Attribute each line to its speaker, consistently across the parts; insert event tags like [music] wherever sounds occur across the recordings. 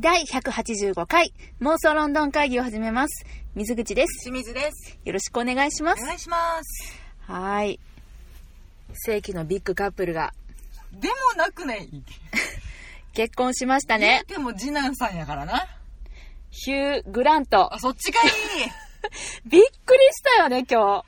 Speaker 1: 第185回妄想ロンドン会議を始めます。水口です。
Speaker 2: 清水です。
Speaker 1: よろしくお願いしま
Speaker 2: お
Speaker 1: す。
Speaker 2: 願いします。
Speaker 1: はーい。世紀のビッグカップルが
Speaker 2: でもなくない。
Speaker 1: 結婚しましたね。
Speaker 2: でも次男さんやからな。
Speaker 1: ヒュー・グラント
Speaker 2: あ、。そっちかい。
Speaker 1: びっくりしたよね、今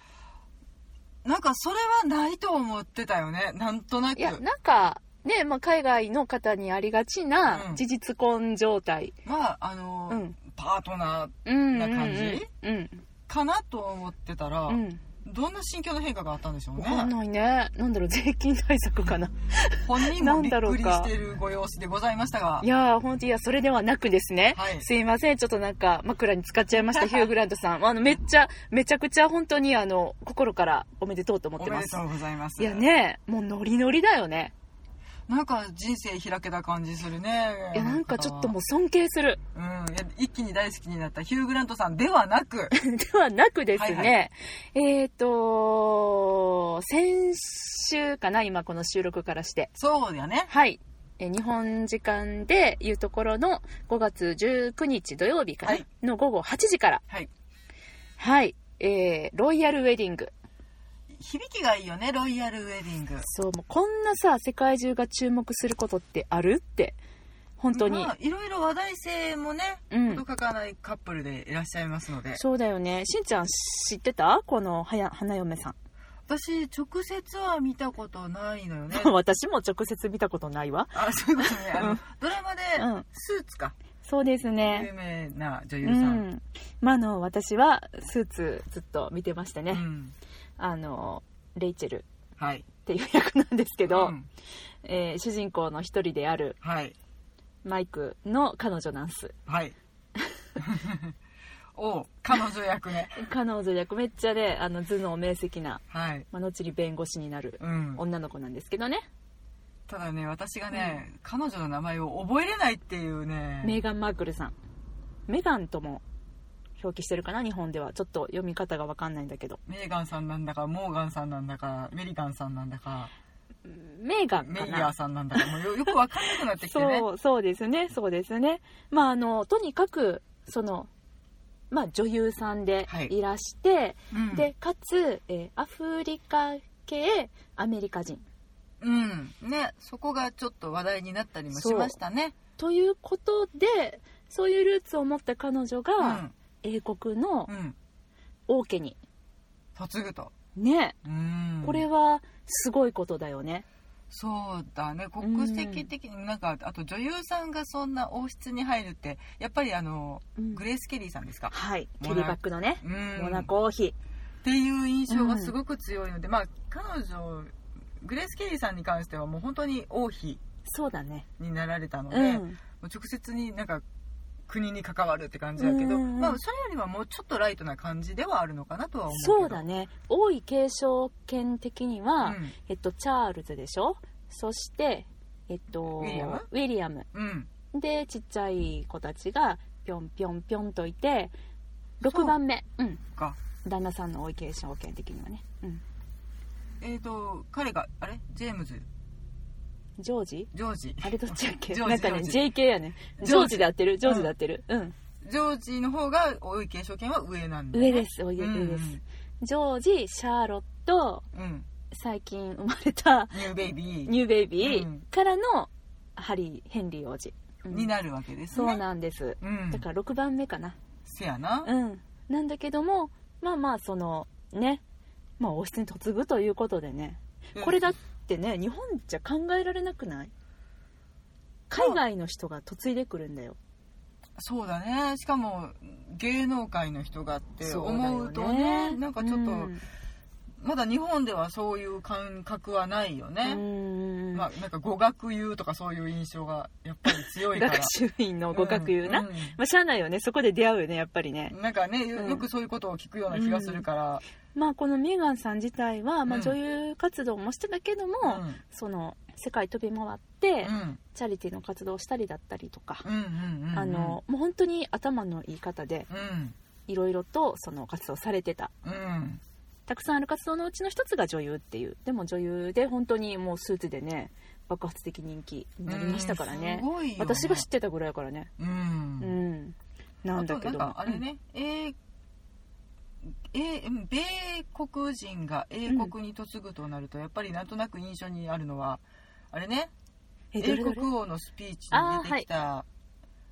Speaker 2: [laughs] なんかそれはないと思ってたよね。なんとな
Speaker 1: 日。
Speaker 2: く。
Speaker 1: いや、なんか、ね、まあ、海外の方にありがち
Speaker 2: う
Speaker 1: なん事実婚状態。
Speaker 2: まあ、あの、
Speaker 1: うん
Speaker 2: パートナー
Speaker 1: うん。
Speaker 2: な感じ
Speaker 1: うん。
Speaker 2: かなと思ってたら、
Speaker 1: うん。
Speaker 2: どんな心境の変化があったんでしょう
Speaker 1: わかん
Speaker 2: ね。
Speaker 1: ないね。なんだろう、税金対策かな。
Speaker 2: 本人もびっくりしてるご様子でございましたが
Speaker 1: い。やー、本当いや、それではなくですね。
Speaker 2: はい
Speaker 1: すいません、ちょっとなんか、枕に使っちゃいました、ヒュー・グラントさん。あの、めっちゃ、めちゃくちゃ本当に、あの、心からおめでとうと思っ
Speaker 2: お
Speaker 1: て
Speaker 2: め
Speaker 1: ま
Speaker 2: ですと。うございます。
Speaker 1: いや。ね、もうノリノリだよね。
Speaker 2: なんか人生開けた感じするね。
Speaker 1: いや、なんかちょっとも
Speaker 2: う
Speaker 1: う。尊敬する。 [laughs]
Speaker 2: うん。いや一気に大好きになったヒュー・グラントさんではな
Speaker 1: [laughs]
Speaker 2: く、
Speaker 1: ではなくです
Speaker 2: はい
Speaker 1: ね、えっ、と、先週かな、今この収録からして。
Speaker 2: そうだよね。
Speaker 1: はい。えー日本時間でいうところの5月19日土曜日かな、
Speaker 2: はい
Speaker 1: の午後8時から、
Speaker 2: はい。
Speaker 1: はい、えー、ロイヤルウェディング。
Speaker 2: 響きがいいよねロイヤルウェディング
Speaker 1: そう、もうこんなさ、世界中が注目することってあるって、本当に。
Speaker 2: まあ、いろいろ話題性もね
Speaker 1: うん
Speaker 2: 事。欠かないカップルでいらっしゃいますので
Speaker 1: そうだよね。しんちゃん知ってたこのはや花嫁さん。 [laughs]
Speaker 2: 私直接は見たことないのよね
Speaker 1: 私も直接見たことないわ。
Speaker 2: [laughs] あそういうことねあ
Speaker 1: う
Speaker 2: の
Speaker 1: ん
Speaker 2: ドラマで
Speaker 1: うん
Speaker 2: スーツか
Speaker 1: そうですね
Speaker 2: 有。名な女優
Speaker 1: う
Speaker 2: さん、
Speaker 1: ん。まあ、あの、私はスーツずっと見てましたね。
Speaker 2: うん
Speaker 1: あの、レイチェル
Speaker 2: はい
Speaker 1: っていう役なんですけど、
Speaker 2: うん
Speaker 1: えー主人公の一人である
Speaker 2: はい
Speaker 1: マイクの彼女なんす
Speaker 2: はい
Speaker 1: [laughs]
Speaker 2: おう彼女役ね
Speaker 1: 彼女役めっちゃねあの頭脳明晰な、
Speaker 2: はい
Speaker 1: まあ、後に弁護士になる
Speaker 2: うん、
Speaker 1: 女の子なんですけどね、
Speaker 2: ただね私がね、彼女の名前を覚えれないっていうね
Speaker 1: メーガン・マークルさんメガンとも表記してるかな日本ではちょっと読み方が分かんないんだけど
Speaker 2: メーガンさんなんだかモーガンさんなんだかメリガンさんなんだか
Speaker 1: メーガン
Speaker 2: メ
Speaker 1: か
Speaker 2: イヤ
Speaker 1: な
Speaker 2: ーさんなんだかもうよよくわかんなくなってきてね
Speaker 1: そうそうですねそうですねまああのとにかくそのまあ女優さんで
Speaker 2: はい
Speaker 1: いらして、
Speaker 2: うん、
Speaker 1: でかつ、えーアフリカ系アメリカ人
Speaker 2: うんねそこがちょっと話題になったりもしましたね
Speaker 1: ということでそういうルーツを持った彼女
Speaker 2: う
Speaker 1: が
Speaker 2: ん
Speaker 1: 英国の
Speaker 2: うん
Speaker 1: 王家に
Speaker 2: 嫁ぐと
Speaker 1: ね
Speaker 2: うん
Speaker 1: これはすごいことだよね
Speaker 2: そうだね国籍的になんかあと女優さんがそんな王室に入るってやっぱりあの
Speaker 1: うん
Speaker 2: グレース・ケリーさんですか
Speaker 1: はいキ
Speaker 2: モナ
Speaker 1: リバックのね
Speaker 2: うん
Speaker 1: モナコ王妃
Speaker 2: っていう印象がすごく強いので、まあ彼女グレース・ケリーさんに関してはもう本当に王妃
Speaker 1: そうだね
Speaker 2: になられたので、
Speaker 1: うん
Speaker 2: もう直接になんか国に関わるって感じだ
Speaker 1: う
Speaker 2: けど、
Speaker 1: んうんうん
Speaker 2: まあ、それよりはもうちょっとライトな感じではあるのかなとは思うけど
Speaker 1: そうだ
Speaker 2: ね、
Speaker 1: ね王位継承権的には、
Speaker 2: うん
Speaker 1: えっとチャールズでしょそしてえっと
Speaker 2: ウィリアム
Speaker 1: ウィリアム
Speaker 2: うん、
Speaker 1: でちっちゃい子たちがぴょんぴょんぴょんといて
Speaker 2: そ
Speaker 1: 6
Speaker 2: う
Speaker 1: 番目うん
Speaker 2: か
Speaker 1: 旦那さんの王位継承権的にはね、うん、
Speaker 2: えっ、と彼があれジェームズ
Speaker 1: ジョージ
Speaker 2: ジョージ
Speaker 1: あれどっちやっけ
Speaker 2: ジョージ
Speaker 1: なんかね
Speaker 2: ジョ
Speaker 1: JK やねジ
Speaker 2: ジ
Speaker 1: ョ
Speaker 2: ョ
Speaker 1: ー
Speaker 2: ージ
Speaker 1: ジで合ってるジョージで合ってるうん、
Speaker 2: ジョージの方が王位継承権は上なんで、
Speaker 1: 上ですおい
Speaker 2: うん
Speaker 1: 上
Speaker 2: うん
Speaker 1: です、ジョージシャーロット
Speaker 2: うん
Speaker 1: 最近生まれた
Speaker 2: ニューベイビー
Speaker 1: ニューベイビ
Speaker 2: うん
Speaker 1: ーからのハリー・ヘンリー王子、うん
Speaker 2: になるわけですね
Speaker 1: そうなんです
Speaker 2: うん
Speaker 1: だから6番目かな
Speaker 2: せやな、
Speaker 1: うんなんだけどもまあまあそのねまあ王室に嫁ぐということでね
Speaker 2: うん
Speaker 1: これだってね日本じゃ考えられなくない海外の人が嫁いでくるんだよ
Speaker 2: そうだねしかも芸能界の人がって
Speaker 1: そうだ
Speaker 2: 思
Speaker 1: よ
Speaker 2: うとねなんかちょっと、
Speaker 1: うん
Speaker 2: まだ日本ではそういう感覚はないよね、
Speaker 1: うん
Speaker 2: まあ、なんか語学友とかそういう印象がやっぱり強いから
Speaker 1: [laughs] 学習院の互角言うな、
Speaker 2: うん
Speaker 1: まあ、しゃあないよねそこで出会うよねやっぱりね
Speaker 2: うんなんかねよ
Speaker 1: うん
Speaker 2: よくそういうことを聞くような気がするから、
Speaker 1: まあこのメーガンさん自体は、まあ、
Speaker 2: うん
Speaker 1: 女優活動もしてたけども、
Speaker 2: うんうん
Speaker 1: その世界飛び回って、
Speaker 2: うん
Speaker 1: チャリティーの活動をしたりだったりとか、
Speaker 2: うんうん
Speaker 1: あのもう本当に頭のいい方で
Speaker 2: うん
Speaker 1: いろいろとその活動されてた
Speaker 2: うん
Speaker 1: たくさんある活動のうちの一つが女優っていうでも女優で本当にもうスーツでね爆発的人気になりましたからね
Speaker 2: うんすごいよね
Speaker 1: 私が知ってたぐらいやからね
Speaker 2: う
Speaker 1: うんんなんだけ
Speaker 2: あ
Speaker 1: ど
Speaker 2: となんかあれね、英英うん米国人が英国に嫁ぐとなると、やっぱりなんとなく印象にあるのはあれね
Speaker 1: うんえどれど
Speaker 2: 英
Speaker 1: れ
Speaker 2: 国王のスピーチに出てきた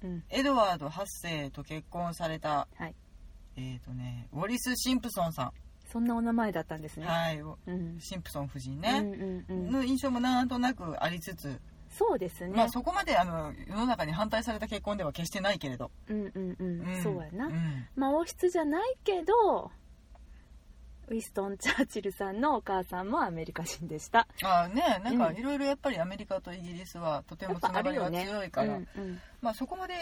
Speaker 1: うん
Speaker 2: エドワード8世と結婚された、
Speaker 1: はい
Speaker 2: えっ、とねウォリス・シンプソンさ
Speaker 1: そんなお名前だったんです
Speaker 2: ん、
Speaker 1: ね
Speaker 2: はい
Speaker 1: うん
Speaker 2: シンプソン夫人
Speaker 1: うん
Speaker 2: ね、
Speaker 1: うんうん
Speaker 2: の印象もなんとなくありつつ、
Speaker 1: そうです
Speaker 2: ま
Speaker 1: ね
Speaker 2: あそこまであの世の中に反対された結婚では決してないけれど、
Speaker 1: うんうんうん
Speaker 2: ん
Speaker 1: そうやなんまあ王室じゃないけどウィストン・チャーチルさんのお母さんもアメリカ人でした
Speaker 2: ああねなんか
Speaker 1: うん
Speaker 2: いろいろやっぱりアメリカとイギリスはとて
Speaker 1: や
Speaker 2: も
Speaker 1: っ
Speaker 2: つ
Speaker 1: ぱあ
Speaker 2: なが
Speaker 1: る
Speaker 2: りが
Speaker 1: よね
Speaker 2: 強いから、
Speaker 1: うんうん
Speaker 2: まあそこまで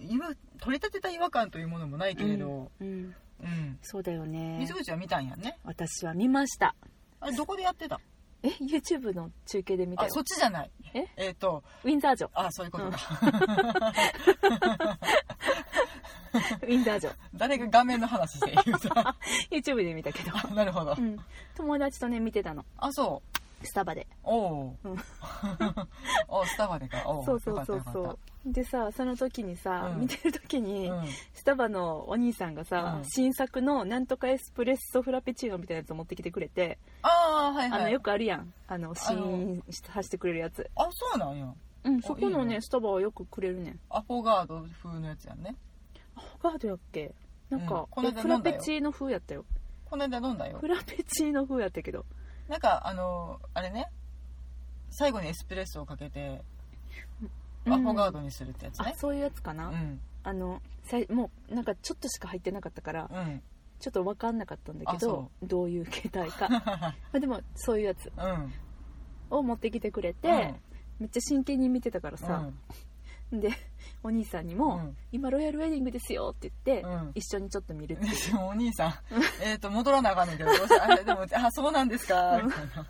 Speaker 2: 今取り立てた違和感というものもないけれど、
Speaker 1: うん
Speaker 2: うん
Speaker 1: そうだよね
Speaker 2: 水口は見たんやね
Speaker 1: 私は見ました
Speaker 2: あれどこでやってた
Speaker 1: え YouTube の中継で見た
Speaker 2: あ
Speaker 1: よ
Speaker 2: そっちじゃない
Speaker 1: え
Speaker 2: っ、と
Speaker 1: ウィンザー城
Speaker 2: あそういうことか、
Speaker 1: ウィンザー城
Speaker 2: 誰が画面の話して言うた
Speaker 1: YouTube で見たけど、
Speaker 2: [laughs] なるほど、
Speaker 1: うん、友達とね見てたの
Speaker 2: あそう
Speaker 1: スタバで
Speaker 2: おう
Speaker 1: うん
Speaker 2: [laughs] おうスタバでかお
Speaker 1: そうそうそう
Speaker 2: よか
Speaker 1: そ
Speaker 2: っ
Speaker 1: うでさその時にさ、
Speaker 2: うん
Speaker 1: 見てる時
Speaker 2: た
Speaker 1: に、
Speaker 2: よかった
Speaker 1: スタバのお兄さんがさ、
Speaker 2: うん
Speaker 1: 新作のなんとかエスプレッソフラペチーノみたいなやつを持ってきてくれて、
Speaker 2: ああはいはい
Speaker 1: あのよくあるやんあの試飲させてくれるやつ
Speaker 2: あそうなんや
Speaker 1: うんそこの
Speaker 2: いい
Speaker 1: ね
Speaker 2: ね
Speaker 1: スタバはよくくれるねん
Speaker 2: アフォガード風のやつやんね
Speaker 1: アフォガードやっけなん
Speaker 2: うん
Speaker 1: か、
Speaker 2: この間
Speaker 1: フ
Speaker 2: 飲
Speaker 1: ラ
Speaker 2: んだ
Speaker 1: ペ
Speaker 2: よ
Speaker 1: チーノ風やったよ
Speaker 2: この間飲んだよ
Speaker 1: フラペチーノ風やったけど
Speaker 2: なんかあのあれね最後にエスプレッソをかけてアフォガードにするってやつ
Speaker 1: あ
Speaker 2: ね
Speaker 1: そういうやつかな、
Speaker 2: うん
Speaker 1: あのさいもうなんかちょっとしか入ってなかったから、
Speaker 2: うん [laughs]
Speaker 1: ちょっと分かんなかったんだけ
Speaker 2: あ
Speaker 1: ど
Speaker 2: そ
Speaker 1: どういう形態
Speaker 2: [laughs]
Speaker 1: かまあでもそういうやつ
Speaker 2: うん
Speaker 1: を持ってきてくれて、めっちゃ真剣に見てたから
Speaker 2: うんう
Speaker 1: さ、
Speaker 2: ん
Speaker 1: でお兄さんにも、今ロイヤルウェディングですよ」って言って、
Speaker 2: うん
Speaker 1: 一緒にちょっと見るっていう
Speaker 2: でもお兄さんえっと戻らなあかんねんけどどうしたあでもあそうなんですかみたいな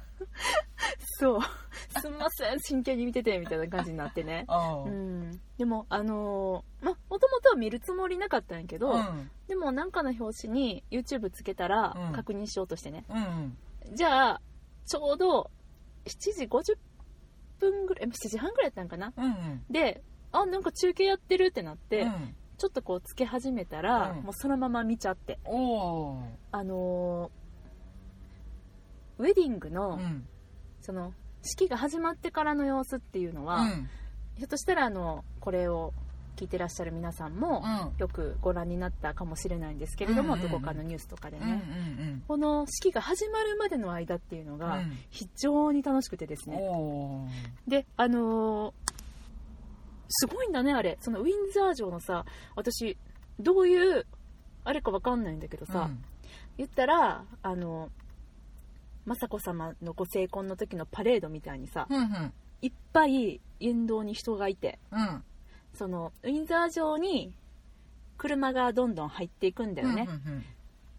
Speaker 1: そう [laughs] 「すんません真剣に見てて」みたいな感じになってね
Speaker 2: [laughs] あ
Speaker 1: うんでもあのーまあもともとは見るつもりなかったんやけど、
Speaker 2: うん
Speaker 1: でもなんかの表紙に YouTube つけたら
Speaker 2: うん
Speaker 1: 確認しようとしてね、
Speaker 2: うん
Speaker 1: じゃあちょうど7時50分ぐらいえ7時半ぐらいやったんかな
Speaker 2: うんうん
Speaker 1: であなんか中継やってるってなって、
Speaker 2: うん
Speaker 1: ちょっとこうつけ始めたら、
Speaker 2: うん
Speaker 1: もうそのまま見ちゃって
Speaker 2: おお
Speaker 1: あのーウェディングの、
Speaker 2: うん
Speaker 1: その式が始まってからの様子っていうのは、
Speaker 2: うん
Speaker 1: ひょっとしたらあのこれを聞いてらっしゃる皆さんも、
Speaker 2: うん
Speaker 1: よくご覧になったかもしれないんですけれども、
Speaker 2: うんうんうん
Speaker 1: どこかのニュースとかでね、
Speaker 2: うんうん
Speaker 1: この式が始まるまでの間っていうの
Speaker 2: う
Speaker 1: が
Speaker 2: ん
Speaker 1: 非常に楽しくてです
Speaker 2: うん
Speaker 1: ね、
Speaker 2: おー
Speaker 1: であのーすごいんだねあれそのウィンザー城のさ私どういうあれかわかんないんだけどさ、
Speaker 2: うん
Speaker 1: 言ったらあの雅子さまのご成婚の時のパレードみたいにさ、
Speaker 2: うんうん
Speaker 1: いっぱい沿道に人がいて
Speaker 2: うん
Speaker 1: そのウィンザー城に車がどんどん入っていくんだよね、
Speaker 2: うんうん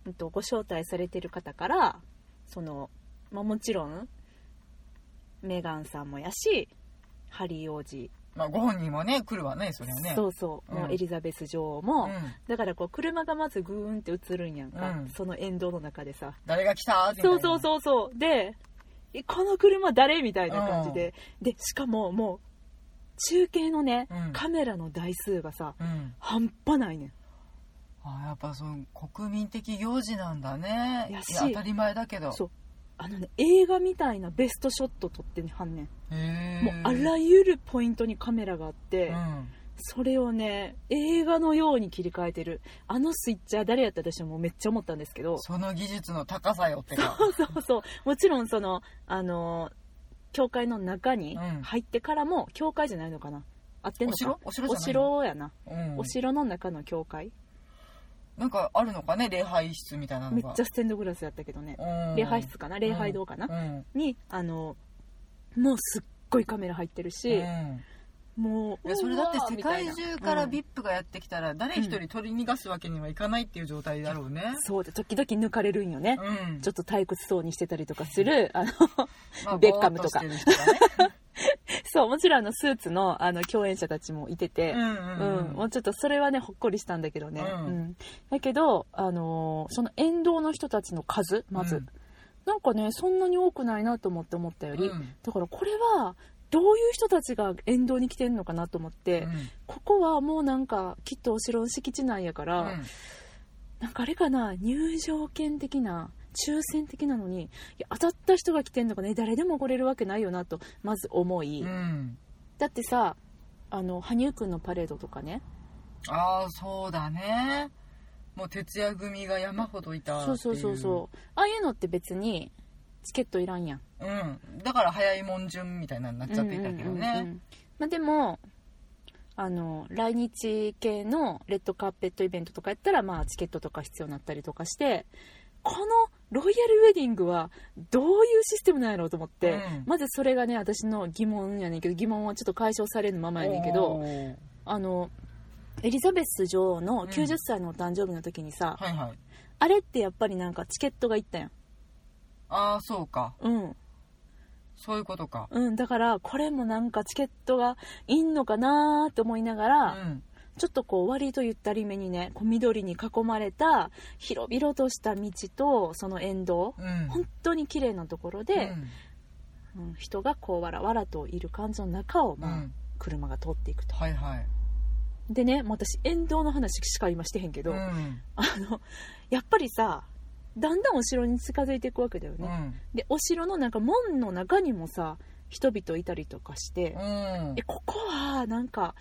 Speaker 1: うんとご招待されてる方からその、まあ、もちろんメガンさんもやしハリー王子、
Speaker 2: まあご本人もね来るわねそれはね
Speaker 1: そうそう、もう
Speaker 2: うん
Speaker 1: エリザベス女王も、
Speaker 2: うん
Speaker 1: だからこう車がまずグーンって映るんやんか、
Speaker 2: うん
Speaker 1: その沿道の中でさ
Speaker 2: 誰が来たみたい
Speaker 1: そ
Speaker 2: な
Speaker 1: うそうそうそうでえこの車誰みたいな感じで、でしかももう中継のね、
Speaker 2: うん
Speaker 1: カメラの台数がさ
Speaker 2: うん
Speaker 1: 半端ないねん
Speaker 2: あやっぱその国民的行事なんだね
Speaker 1: やし
Speaker 2: いや当たり前だけど
Speaker 1: そうあのね映画みたいなベストショット撮ってはんね
Speaker 2: へ
Speaker 1: んもうあ
Speaker 2: い
Speaker 1: らゆるポイントにカメラがあって、
Speaker 2: うん
Speaker 1: それをね映画のように切り替えてるあのスイッチャー誰やったとしてもめっちゃ思ったんですけど
Speaker 2: その技術の高さよってか
Speaker 1: そうそうそうもちろんそのあの教会の中に
Speaker 2: うん
Speaker 1: 入ってからも、教会じゃないのかな合ってんの
Speaker 2: お
Speaker 1: か
Speaker 2: 城お城じゃない
Speaker 1: お城やな、
Speaker 2: うん、
Speaker 1: お城の中の教会
Speaker 2: なんかあるのかね礼拝室みたいな
Speaker 1: め
Speaker 2: の
Speaker 1: っ
Speaker 2: が
Speaker 1: ちゃステンドグラスやったけどね、
Speaker 2: うん
Speaker 1: 礼拝室かな礼拝堂かな、
Speaker 2: うん
Speaker 1: にあのもうすっごいカメラ入ってるし、
Speaker 2: うん
Speaker 1: もう
Speaker 2: いやそれだって世界
Speaker 1: うわーみたい
Speaker 2: 中から
Speaker 1: うん
Speaker 2: VIP がやってきたら誰一人取り逃がすわけにはいかないっていう状態だろうね
Speaker 1: そうで時々抜かれるんよね、
Speaker 2: うん
Speaker 1: ちょっと退屈そうにしてたりとかするあの [laughs]
Speaker 2: まあ
Speaker 1: ベッカムとか
Speaker 2: ぼーっしてる人がね
Speaker 1: そうもちろんあのスーツのあの共演者たちもいてて、
Speaker 2: うん
Speaker 1: うんもうちょっとそれはねほっこりしたんだけどね、
Speaker 2: うん
Speaker 1: うんだけど、あのーその沿道の人たちの数まず、
Speaker 2: うん
Speaker 1: なんかねそんなに多くないなと思って思ったより、
Speaker 2: うん
Speaker 1: だからこれはどういう人たちが沿道に来てんのかなと思って、ここはもうなんかきっとお城の敷地内やから、なんかあれかな入場券的な抽選的なのにいや当たった人が来てんのかね誰でも来れるわけないよなとまず思い、
Speaker 2: うんうん
Speaker 1: だってさあの羽生くんのパレードとかね
Speaker 2: ああそうだねもう徹夜組が山ほどいた
Speaker 1: そうそうそうそうああいうのって別にチケットいらんやん
Speaker 2: ううんだから早いもん順みたいなのになっちゃっていたけど
Speaker 1: うんうんうんう
Speaker 2: ね
Speaker 1: んまあ、でもあの来日系のレッドカーペットイベントとかやったら、まあ、チケットとか必要になったりとかしてこのロイヤルウェディングはどういうシステムなんやろうと思って、
Speaker 2: うん
Speaker 1: まずそれがね私の疑問やねんけど疑問はちょっと解消されるままやねんけど
Speaker 2: おー
Speaker 1: あのエリザベス女王の
Speaker 2: ん
Speaker 1: 90歳のお誕生日の時にさ、
Speaker 2: はいはい
Speaker 1: あれってやっぱりなんかチケットがいったやん
Speaker 2: ああそうか
Speaker 1: うん
Speaker 2: そういうことか
Speaker 1: うんだからこれもなんかチケットがいんのかなーって思いながら、
Speaker 2: うん
Speaker 1: ちょっとこう割とゆったりめにねこう緑に囲まれた広々とした道とその沿道
Speaker 2: うん
Speaker 1: 本当に綺麗なところで、うん人がこうわらわらといる感じの中を、
Speaker 2: うんう
Speaker 1: まあ
Speaker 2: ん
Speaker 1: 車が通っていくと、
Speaker 2: はいはい
Speaker 1: でねもう私沿道の話しか今してへんけど、
Speaker 2: うん
Speaker 1: あのやっぱりさだんだんお城に近づいていくわけだよ
Speaker 2: う
Speaker 1: ね、
Speaker 2: ん
Speaker 1: でお城のなんか門の中にもさ人々いたりとかして、
Speaker 2: うん
Speaker 1: えここはなんか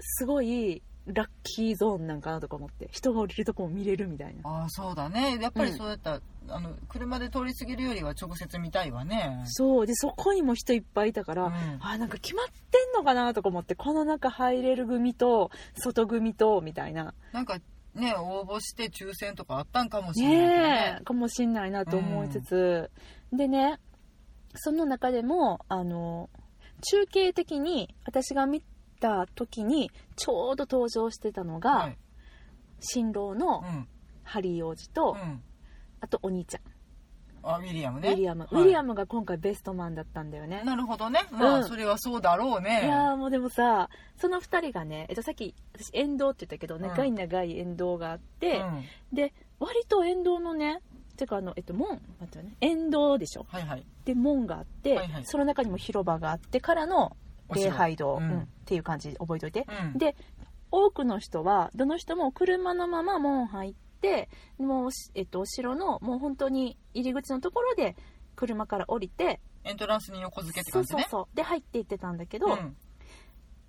Speaker 1: すごいラッキーゾーンなんかなとか思って人が降りるとこも見れるみたいな
Speaker 2: ああそうだねやっぱりそうやったら、あの車で通り過ぎるよりは直接見たいわね
Speaker 1: そうでそこにも人いっぱいいたから、
Speaker 2: うん
Speaker 1: あなんか決まってんのかなとか思ってこの中入れる組と外組とみたいな
Speaker 2: なんかね応募して抽選とかあったんかもしれないけど
Speaker 1: ね
Speaker 2: ね
Speaker 1: えかもしんないなと思いつつ、でねその中でもあの中継的に私が見た時にちょうど登場してたのが、
Speaker 2: はい
Speaker 1: 新郎
Speaker 2: う
Speaker 1: の
Speaker 2: ん
Speaker 1: ハリー王子と、
Speaker 2: うん
Speaker 1: あとお兄ちゃん
Speaker 2: あウィリアム
Speaker 1: ウ
Speaker 2: ね
Speaker 1: ィリアム、
Speaker 2: はい
Speaker 1: ウィリアムが今回ベストマンだったんだよね。
Speaker 2: なるほどねまあ、
Speaker 1: うん
Speaker 2: それはそうだろうね
Speaker 1: いやーもうでもさその2人がね、えっと、さっき私沿道って言ったけど長い長い沿道があって、
Speaker 2: うん、
Speaker 1: で割と沿道のねてかあのえっと門待ってよね沿道でしょ
Speaker 2: はいはい
Speaker 1: で門があって、
Speaker 2: はいはい
Speaker 1: その中にも広場があってからの
Speaker 2: お
Speaker 1: 礼
Speaker 2: 城
Speaker 1: 拝堂、
Speaker 2: うん
Speaker 1: うんっていう感じ覚えておいて、
Speaker 2: うん
Speaker 1: で多くの人はどの人も車のまま門入ってもう、えっと、お城のもう本当に入り口のところで車から降りて
Speaker 2: エントランスに横付けって
Speaker 1: そ
Speaker 2: 感
Speaker 1: う
Speaker 2: じ
Speaker 1: そう
Speaker 2: ね
Speaker 1: そうで入っていってたんだけど、
Speaker 2: ん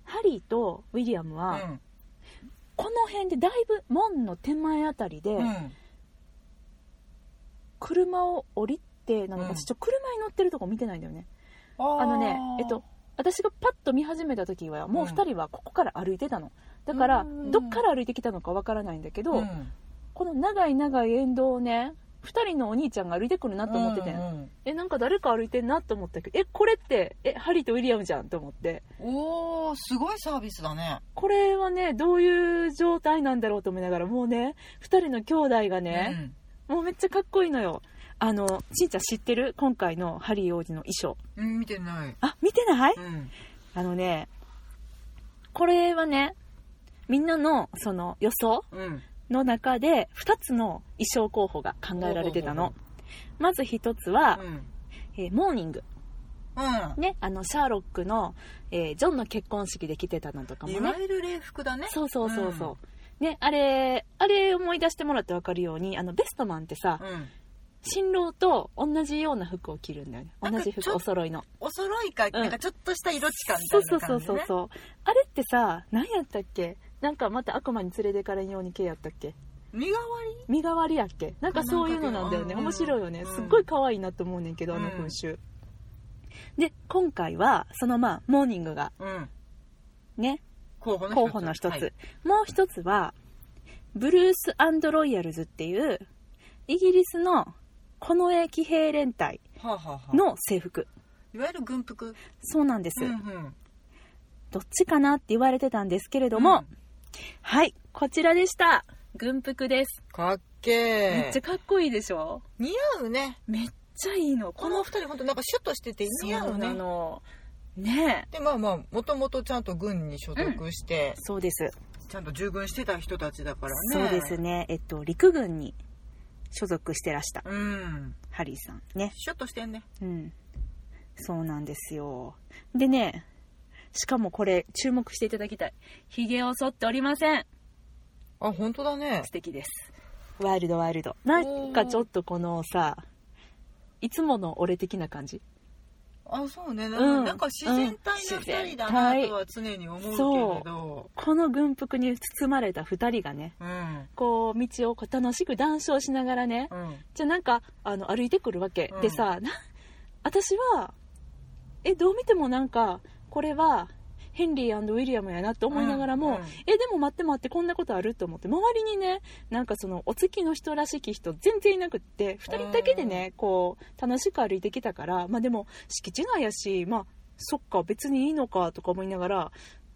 Speaker 1: ハリーとウィリアムは、この辺でだいぶ門の手前あたりで、
Speaker 2: うんうん
Speaker 1: 車を降りてなのか、
Speaker 2: うん
Speaker 1: 私ちょっと車に乗ってるとこ見てないんだよね
Speaker 2: あー
Speaker 1: あのねえっと私がパッと見始めた時はもう2人はここから歩いてたのだから
Speaker 2: うん
Speaker 1: どっから歩いてきたのかわからないんだけど、
Speaker 2: ん
Speaker 1: この長い長い沿道をね2人のお兄ちゃんが歩いてくるなと思ってて、
Speaker 2: うんうん
Speaker 1: えなんか誰か歩いてんなと思ったけどえこれってえハリーとウィリアムじゃんと思って
Speaker 2: おーすごいサービスだね
Speaker 1: これはねどういう状態なんだろうと思いながらもうね2人の兄弟がね、もうめっちゃかっこいいのよあのしんちゃん知ってる今回のハリー王子の衣装
Speaker 2: うん、うん、見てない
Speaker 1: あ見てない
Speaker 2: うん
Speaker 1: あのねこれはねみんなのその予想
Speaker 2: うん
Speaker 1: の中で2つの衣装候補が考えられてた
Speaker 2: ほう
Speaker 1: の
Speaker 2: ほ
Speaker 1: まず1つは、
Speaker 2: うんうん
Speaker 1: えーモーニング
Speaker 2: う
Speaker 1: ねあのシャーロックの、えージョンの結婚式で着てたのとか
Speaker 2: ん
Speaker 1: も
Speaker 2: い
Speaker 1: ね
Speaker 2: わゆる礼服だね
Speaker 1: そうそうそうそう、ねあれあれ思い出してもらって分かるようにあのベストマンってさ
Speaker 2: うん
Speaker 1: 新郎と同じような服を着るんだよね同じ
Speaker 2: なんかちょ
Speaker 1: 服お揃いの
Speaker 2: お揃いか、
Speaker 1: ん
Speaker 2: なんかちょっとした色地かみた
Speaker 1: そ
Speaker 2: いう
Speaker 1: そう
Speaker 2: な
Speaker 1: そ
Speaker 2: 感
Speaker 1: う
Speaker 2: じ、ね、
Speaker 1: そうそうあれってさ何やったっけなんかまた悪魔に連れてかれんように系やったっけ
Speaker 2: 身代わ
Speaker 1: 身代わりやっけなんかそういうのなんだよね
Speaker 2: なん
Speaker 1: 面
Speaker 2: かけど
Speaker 1: 白いよね
Speaker 2: うん
Speaker 1: すっごい可愛いなと思うねんけどあの
Speaker 2: うん
Speaker 1: 風習、で今回はそのまあモーニングが
Speaker 2: りうん
Speaker 1: ね
Speaker 2: 候補の一つ
Speaker 1: 候補の一つ、
Speaker 2: はい
Speaker 1: もう一つはブルースロイヤルズっていうイギリスの近衛騎兵連隊
Speaker 2: はあはあはあ
Speaker 1: の制服
Speaker 2: いわゆる軍服
Speaker 1: そうなんです、
Speaker 2: うんうん
Speaker 1: どっちかなって言われてたんですけれども、
Speaker 2: うん
Speaker 1: はいこちらでした軍服です、
Speaker 2: かっけえ
Speaker 1: めっちゃかっこいいでしょ
Speaker 2: 似合うね
Speaker 1: めっちゃいいの
Speaker 2: このお二人本当なんかシュッとしてて似合う
Speaker 1: そうな
Speaker 2: ね
Speaker 1: のねえ
Speaker 2: でまあまあもともとちゃんと軍に所属して、
Speaker 1: そうです、
Speaker 2: ちゃんと従軍してた人たちだから
Speaker 1: そう
Speaker 2: ね
Speaker 1: ですねえっと陸軍に所属してらした
Speaker 2: うん
Speaker 1: ハリーさんね
Speaker 2: シュッとしてんね
Speaker 1: うんそうなんですよでねしかもこれ注目していただきたいひげを剃っておりません
Speaker 2: あ本当だね
Speaker 1: 素敵ですワイルドワイルドなんかちょっとこのさいつもの俺的な感じ
Speaker 2: あそうねな,、
Speaker 1: うん
Speaker 2: ん、なんか自然体な2人だなとは常に思うけれど
Speaker 1: この軍服に包まれた2人がね
Speaker 2: うん
Speaker 1: こう道をこう楽しく談笑しながらね
Speaker 2: うん
Speaker 1: じゃあなんかあの歩いてくるわけ、
Speaker 2: うん
Speaker 1: でさな私はえどう見てもなんかこれはヘンリーウィリアムやなって思いながらも、
Speaker 2: うんうん
Speaker 1: えでも待って待ってこんなことあると思って周りにねなんかそのお月の人らしき人全然いなくって2人だけでね、こう楽しく歩いてきたからまあでも敷地内やしまあそっか別にいいのかとか思いながら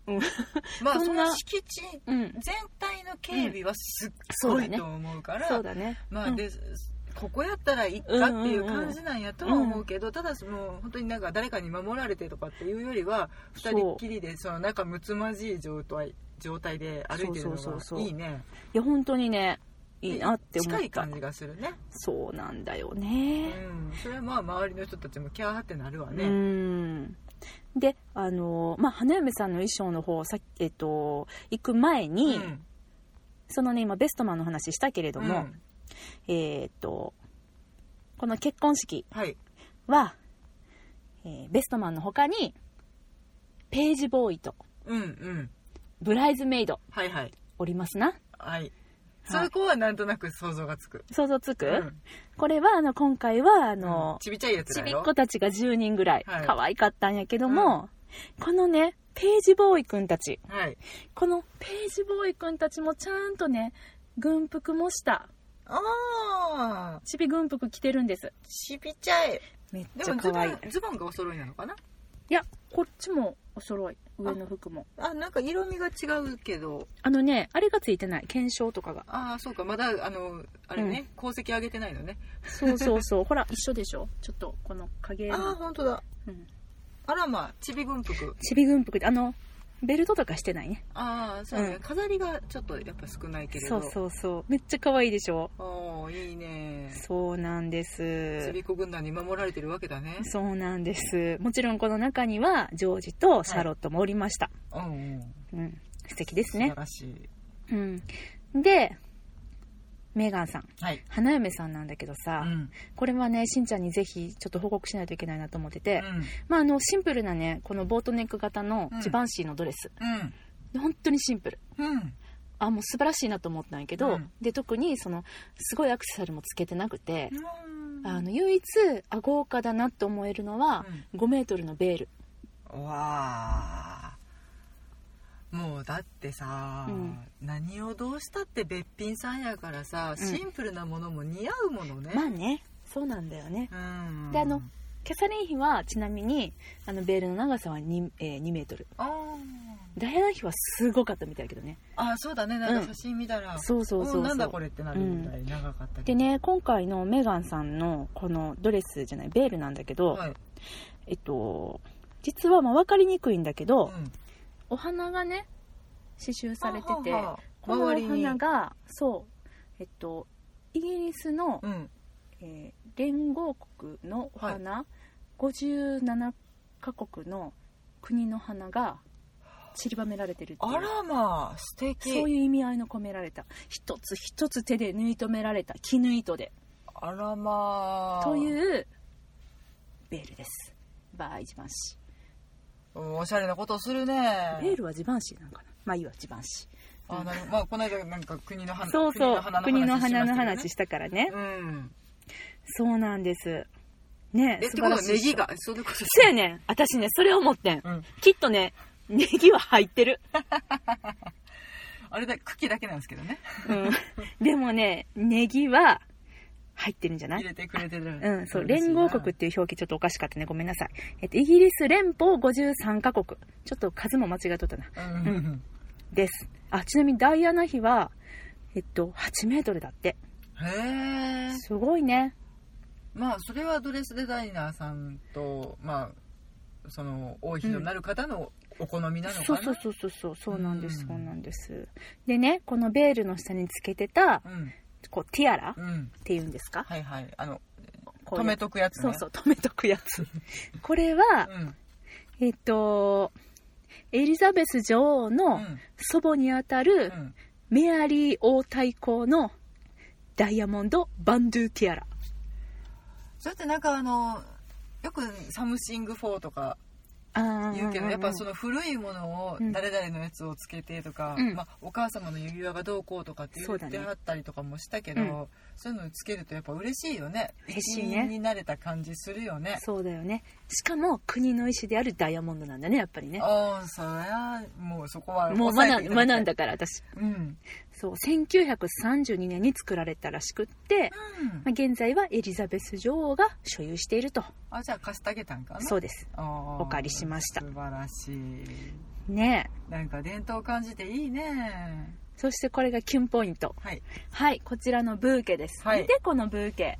Speaker 2: まあ
Speaker 1: そ
Speaker 2: そ
Speaker 1: んな
Speaker 2: の敷地
Speaker 1: うん
Speaker 2: 全体の警備はすっごいと思うから、
Speaker 1: そうだね
Speaker 2: ま
Speaker 1: う
Speaker 2: あ
Speaker 1: ん
Speaker 2: で、ここやったらいっかっていう感じなんやとは思うけど、ただその本当になんか誰かに守られてとかっていうよりは
Speaker 1: そ
Speaker 2: 2
Speaker 1: う
Speaker 2: 人っきりでその仲睦まじい状態状態で歩いてるの
Speaker 1: そうそうそうそ
Speaker 2: が
Speaker 1: う
Speaker 2: いいね
Speaker 1: いや本当にねいいなって思った
Speaker 2: 近い感じがするね、
Speaker 1: そうなんだよ
Speaker 2: う
Speaker 1: ね、
Speaker 2: ん、それはまあ周りの人たちもキャーってなるわ
Speaker 1: う
Speaker 2: ね
Speaker 1: んであのまあ花嫁さんの衣装の方さっきえっと行く前
Speaker 2: う
Speaker 1: に、そのね今ベストマンの話したけれども、
Speaker 2: うん
Speaker 1: えーっとこの結婚式
Speaker 2: はい
Speaker 1: は、えーベストマンの他にページボーイと
Speaker 2: うんうん
Speaker 1: ブライズメイド
Speaker 2: はいはい
Speaker 1: おりますな
Speaker 2: はいそこはなんとなく想像がつく、
Speaker 1: 想像つく、
Speaker 2: うん
Speaker 1: これはあの今回はあの、
Speaker 2: ちびちゃいやつ
Speaker 1: ち
Speaker 2: だ
Speaker 1: びっ
Speaker 2: よ
Speaker 1: 子たちが10人ぐらい、
Speaker 2: はい
Speaker 1: 可愛かったんやけども、このねページボーイくんたち
Speaker 2: はい
Speaker 1: このページボーイくんたちもちゃんとね軍服もした
Speaker 2: ああ
Speaker 1: ちび軍服着てるんです
Speaker 2: ちびちゃい
Speaker 1: めっ
Speaker 2: で
Speaker 1: ちゃ
Speaker 2: もズ
Speaker 1: 可
Speaker 2: ボ
Speaker 1: 愛い
Speaker 2: ンズボンがお揃いなのかない
Speaker 1: やこっちもお揃い上の服も
Speaker 2: あなんか色味が違うけど
Speaker 1: あのねあれがついてない検証とかが
Speaker 2: ああそうかまだあのあれね、功績上げてないのね
Speaker 1: そうそう [laughs] そう。ほら、一緒でしょちょっと、この影
Speaker 2: ああ
Speaker 1: の。
Speaker 2: 本当だ
Speaker 1: うん。
Speaker 2: あらまあちび軍服
Speaker 1: ちび軍服って、あの、ベルトとかしてないね。
Speaker 2: ああそうね、
Speaker 1: うん
Speaker 2: 飾りがちょっとやっぱ少ないけれ
Speaker 1: そ
Speaker 2: ど
Speaker 1: うそうそう。めっちゃ可愛いでしょ
Speaker 2: おーいいね
Speaker 1: そうなんで
Speaker 2: ち
Speaker 1: す
Speaker 2: び。っ子軍団に守られてるわけだね
Speaker 1: そうなんです。もちろんこの中には、ジョージとシャーロットもおりました。
Speaker 2: うん、うん、
Speaker 1: うん。素敵です
Speaker 2: 素晴
Speaker 1: ね。
Speaker 2: らしい
Speaker 1: うん。で、メーガンさん。
Speaker 2: はい、
Speaker 1: 花嫁さんなんだけど
Speaker 2: う
Speaker 1: さ、
Speaker 2: ん
Speaker 1: これはね、しんちゃんにぜひちょっと報告しないといけないなと思ってて、
Speaker 2: うん
Speaker 1: まあ、あの、シンプルなね、このボートネック型の
Speaker 2: うん
Speaker 1: ジバンシーのドレス。
Speaker 2: うん
Speaker 1: 本当にシンプル。
Speaker 2: うん
Speaker 1: あもう素晴らしいなと思ったんやけど、
Speaker 2: うん
Speaker 1: で特にそのすごいアクセサリーもつけてなくて、
Speaker 2: うん
Speaker 1: あの唯一あ豪華だなと思えるのは、5メートルのベール、
Speaker 2: うんわあもうだってさ、
Speaker 1: うん
Speaker 2: 何をどうしたってべっぴんさんやからさ
Speaker 1: うん
Speaker 2: シンプルなものも似合うものね、
Speaker 1: まあねそうなんだよね
Speaker 2: うん
Speaker 1: であのキャサリン妃はちなみにあのベールの長さは 2,、えー2メートル
Speaker 2: あー
Speaker 1: ダイアナ妃はすごかったみたいだけどね
Speaker 2: あーそうだねなんか写真見たら、
Speaker 1: そうそうそう
Speaker 2: うんなんだ
Speaker 1: そ
Speaker 2: こ
Speaker 1: う
Speaker 2: れってなるみたい長かったけど
Speaker 1: でね今回のメガンさんのこのドレスじゃないベールなんだけど、
Speaker 2: はい、
Speaker 1: えっと実はまあ分かりにくいんだけど、
Speaker 2: うん
Speaker 1: お花がね刺繍されてて
Speaker 2: ははは
Speaker 1: このお
Speaker 2: 周りに
Speaker 1: 花がそうえっとイギリスの、
Speaker 2: うん
Speaker 1: えー連合国のお花、57カ国の国の花が散りばめられてるってい
Speaker 2: あ
Speaker 1: う
Speaker 2: らまあ素敵
Speaker 1: そういう意味合いの込められた一つ一つ手で縫い留められた絹糸で
Speaker 2: あらまあ
Speaker 1: と
Speaker 2: う
Speaker 1: いうベールですバーイジバンシ
Speaker 2: んおしゃれなことをするね
Speaker 1: ーベールはジバンシーなんかなまあいいわジバンシ
Speaker 2: あなるまあこの間なんか国の
Speaker 1: ー
Speaker 2: 花
Speaker 1: そうそう国の花の
Speaker 2: しましたけどね
Speaker 1: 話したからね
Speaker 2: うん
Speaker 1: そうなんです。ね
Speaker 2: えって
Speaker 1: 素晴
Speaker 2: こと
Speaker 1: ら
Speaker 2: は
Speaker 1: しいっ
Speaker 2: ネ
Speaker 1: しょ
Speaker 2: ギがそういうことです
Speaker 1: そうやねん。私ね、それ思ってん。
Speaker 2: うん
Speaker 1: きっとね、ネギは入ってる。
Speaker 2: あれだ茎だけなんですけどね
Speaker 1: うん。でもね、ネギは入ってるんじゃな
Speaker 2: 入
Speaker 1: い
Speaker 2: れてくれてる
Speaker 1: うん、そう、
Speaker 2: 嬉しい
Speaker 1: 連
Speaker 2: な
Speaker 1: 合国っていう表記ちょっとおかしかったね。ごめんなさい。えっと、イギリス連邦53カ国。ちょっと数も間違っとったな。
Speaker 2: うんうんうん
Speaker 1: です。あ、ちなみにダイアナ妃は、えっと、8メートルだって。
Speaker 2: へえ
Speaker 1: すごいね。
Speaker 2: まあそれはドレスデザイナーさんとまあその王妃となる方のお好みなのか
Speaker 1: そう
Speaker 2: な、
Speaker 1: そうそうそうそう、そうなんです、
Speaker 2: うん
Speaker 1: そうなんです。でね、このベールの下につけてた、
Speaker 2: うん
Speaker 1: こう、ティアラ
Speaker 2: うん
Speaker 1: っていうんですか
Speaker 2: はいはいあの
Speaker 1: こうい
Speaker 2: 止
Speaker 1: う
Speaker 2: めとくやつね
Speaker 1: そうそう止めとくや
Speaker 2: [laughs]
Speaker 1: つこれは、
Speaker 2: うん
Speaker 1: えっとエリザベス女王
Speaker 2: う
Speaker 1: の
Speaker 2: ん
Speaker 1: 祖母にあたる
Speaker 2: うん
Speaker 1: メアリー王太后のダイヤモンドバンドゥティアラ
Speaker 2: それってなんかあのよくサムシング4とか
Speaker 1: あー
Speaker 2: 言うけどやっぱそ
Speaker 1: の
Speaker 2: の古いものを
Speaker 1: うん
Speaker 2: 誰々のやつをつけてとか、
Speaker 1: うん
Speaker 2: まあ、お母様の指輪がどうこうとかって
Speaker 1: そ
Speaker 2: 言
Speaker 1: うだ
Speaker 2: って
Speaker 1: ね
Speaker 2: はったりとかもしたけどそう,、
Speaker 1: うん
Speaker 2: いうのつけるとやっぱ嬉しいよね
Speaker 1: 嬉しい
Speaker 2: 一
Speaker 1: ね
Speaker 2: 人になれた感じするよね
Speaker 1: そうだよねしかも国の意思であるダイヤモンドなんだねやっぱりね
Speaker 2: ああそりゃもうそこは
Speaker 1: もう
Speaker 2: 抑え
Speaker 1: 学
Speaker 2: てい
Speaker 1: ん
Speaker 2: ただきたい
Speaker 1: 学んだから私
Speaker 2: うん、
Speaker 1: そう1932年に作られたらしくって、
Speaker 2: うん
Speaker 1: まあ、現在はエリザベス女王が所有していると
Speaker 2: あじゃあ貸してあげたんかな
Speaker 1: そうです
Speaker 2: お
Speaker 1: お借りしました
Speaker 2: 素晴らしい
Speaker 1: ねえ
Speaker 2: なんか伝統感じていいね
Speaker 1: そしてこれがキュンポイント
Speaker 2: はい
Speaker 1: はいこちらのブーケです、
Speaker 2: はい
Speaker 1: 見てこのブーケ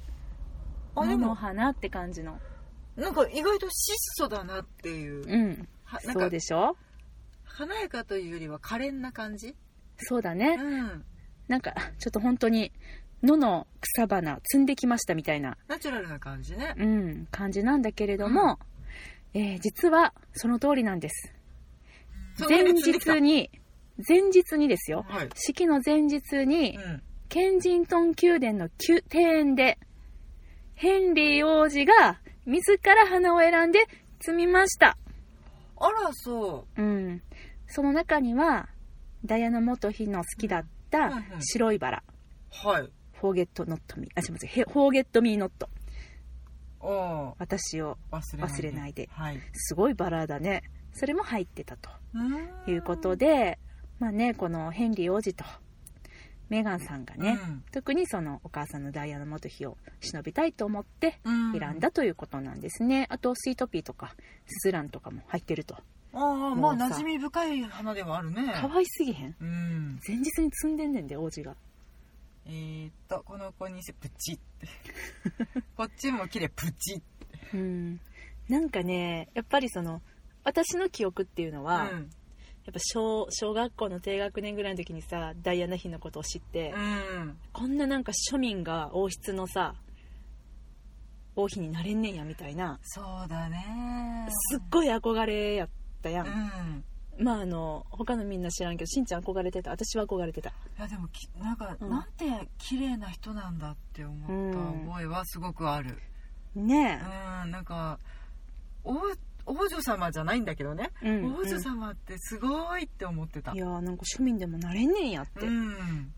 Speaker 2: あで
Speaker 1: 菜
Speaker 2: も
Speaker 1: の花って感じの
Speaker 2: なんか意外と質素だなっていう、
Speaker 1: うん
Speaker 2: はなん
Speaker 1: そう
Speaker 2: か
Speaker 1: でしょ
Speaker 2: 華やかというよりは可憐な感じ
Speaker 1: そうだ
Speaker 2: う
Speaker 1: ね
Speaker 2: ん
Speaker 1: なんかちょっと本当に野の草花摘んできましたみたいな、
Speaker 2: ナチュラルな感じね
Speaker 1: うん、感じなんだけれども、えー実はその通りなんです
Speaker 2: そんな
Speaker 1: 前
Speaker 2: に続いてた
Speaker 1: 日に前日にですよ
Speaker 2: はい
Speaker 1: 式の前日に
Speaker 2: うん
Speaker 1: ケンジントン宮殿の宮庭園でヘンリー王子が自ら花を選んで摘みました、
Speaker 2: あらそ
Speaker 1: うん、その中にはダイアナ元妃の好きだった
Speaker 2: うんうん
Speaker 1: 白いバラ
Speaker 2: うはい
Speaker 1: 「フォーゲット・ノット・ミー」あすいません「フォーゲット・ミー・ノット」
Speaker 2: お
Speaker 1: 私を
Speaker 2: 忘れないで
Speaker 1: 忘れないで
Speaker 2: はい
Speaker 1: すごいバラだねそれも入ってたと
Speaker 2: う
Speaker 1: いうことでまあねこのヘンリー王子とメガンさんがね、特にそのお母さんのダイヤの元妃を忍びたいと思って
Speaker 2: うんう
Speaker 1: 選んだということなんですね、あとスイートピーとかスズランとかも入ってると
Speaker 2: ああまあ
Speaker 1: もうさ
Speaker 2: 馴染み深い花ではあるね
Speaker 1: 可愛すぎへん
Speaker 2: うん
Speaker 1: 前日に積んでんねんで王子が
Speaker 2: えー、っとこの子にしてプチって
Speaker 1: [laughs]
Speaker 2: こっちも綺麗プチっ
Speaker 1: う
Speaker 2: て
Speaker 1: んなんかねやっぱりその私の記憶っていうのは、
Speaker 2: う
Speaker 1: やっ
Speaker 2: ん
Speaker 1: ぱ小小学校の低学年ぐらいの時にさダイアナ妃のことを知って、
Speaker 2: うん
Speaker 1: こんななんか庶民が王室のさ王妃になれんねんやみたいな
Speaker 2: そうだね
Speaker 1: すっごい憧れやったやん、
Speaker 2: うん
Speaker 1: まああの他のみんな知らんけどしんちゃん憧れてた私は憧れてた
Speaker 2: いやでもきなんか、
Speaker 1: うん
Speaker 2: なんて綺麗な人なんだって思った覚えはすごくある
Speaker 1: ね
Speaker 2: うんなんか王王女様じゃないんだけどね、
Speaker 1: え、うん
Speaker 2: 王女様ってすごいって思ってた
Speaker 1: いやーなんか庶民でもなれんねんやって
Speaker 2: うん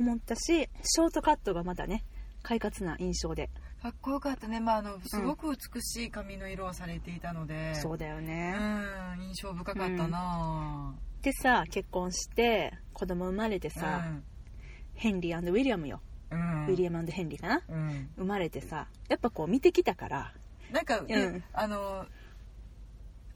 Speaker 1: 思ったし、ショートカットがまたね快活な印象で、
Speaker 2: かっこよかったね、まあ、あのすごく美しい髪の色をされていたので、
Speaker 1: そうだよね、
Speaker 2: うん印象深かったな
Speaker 1: でさ結婚して子供生まれてさ、ヘンリーウィリアムよ、
Speaker 2: うん、うん
Speaker 1: ウィリアムヘンリーかな
Speaker 2: うん、
Speaker 1: 生まれてさやっぱこう見てきたから、
Speaker 2: なんか、ね
Speaker 1: うん
Speaker 2: あの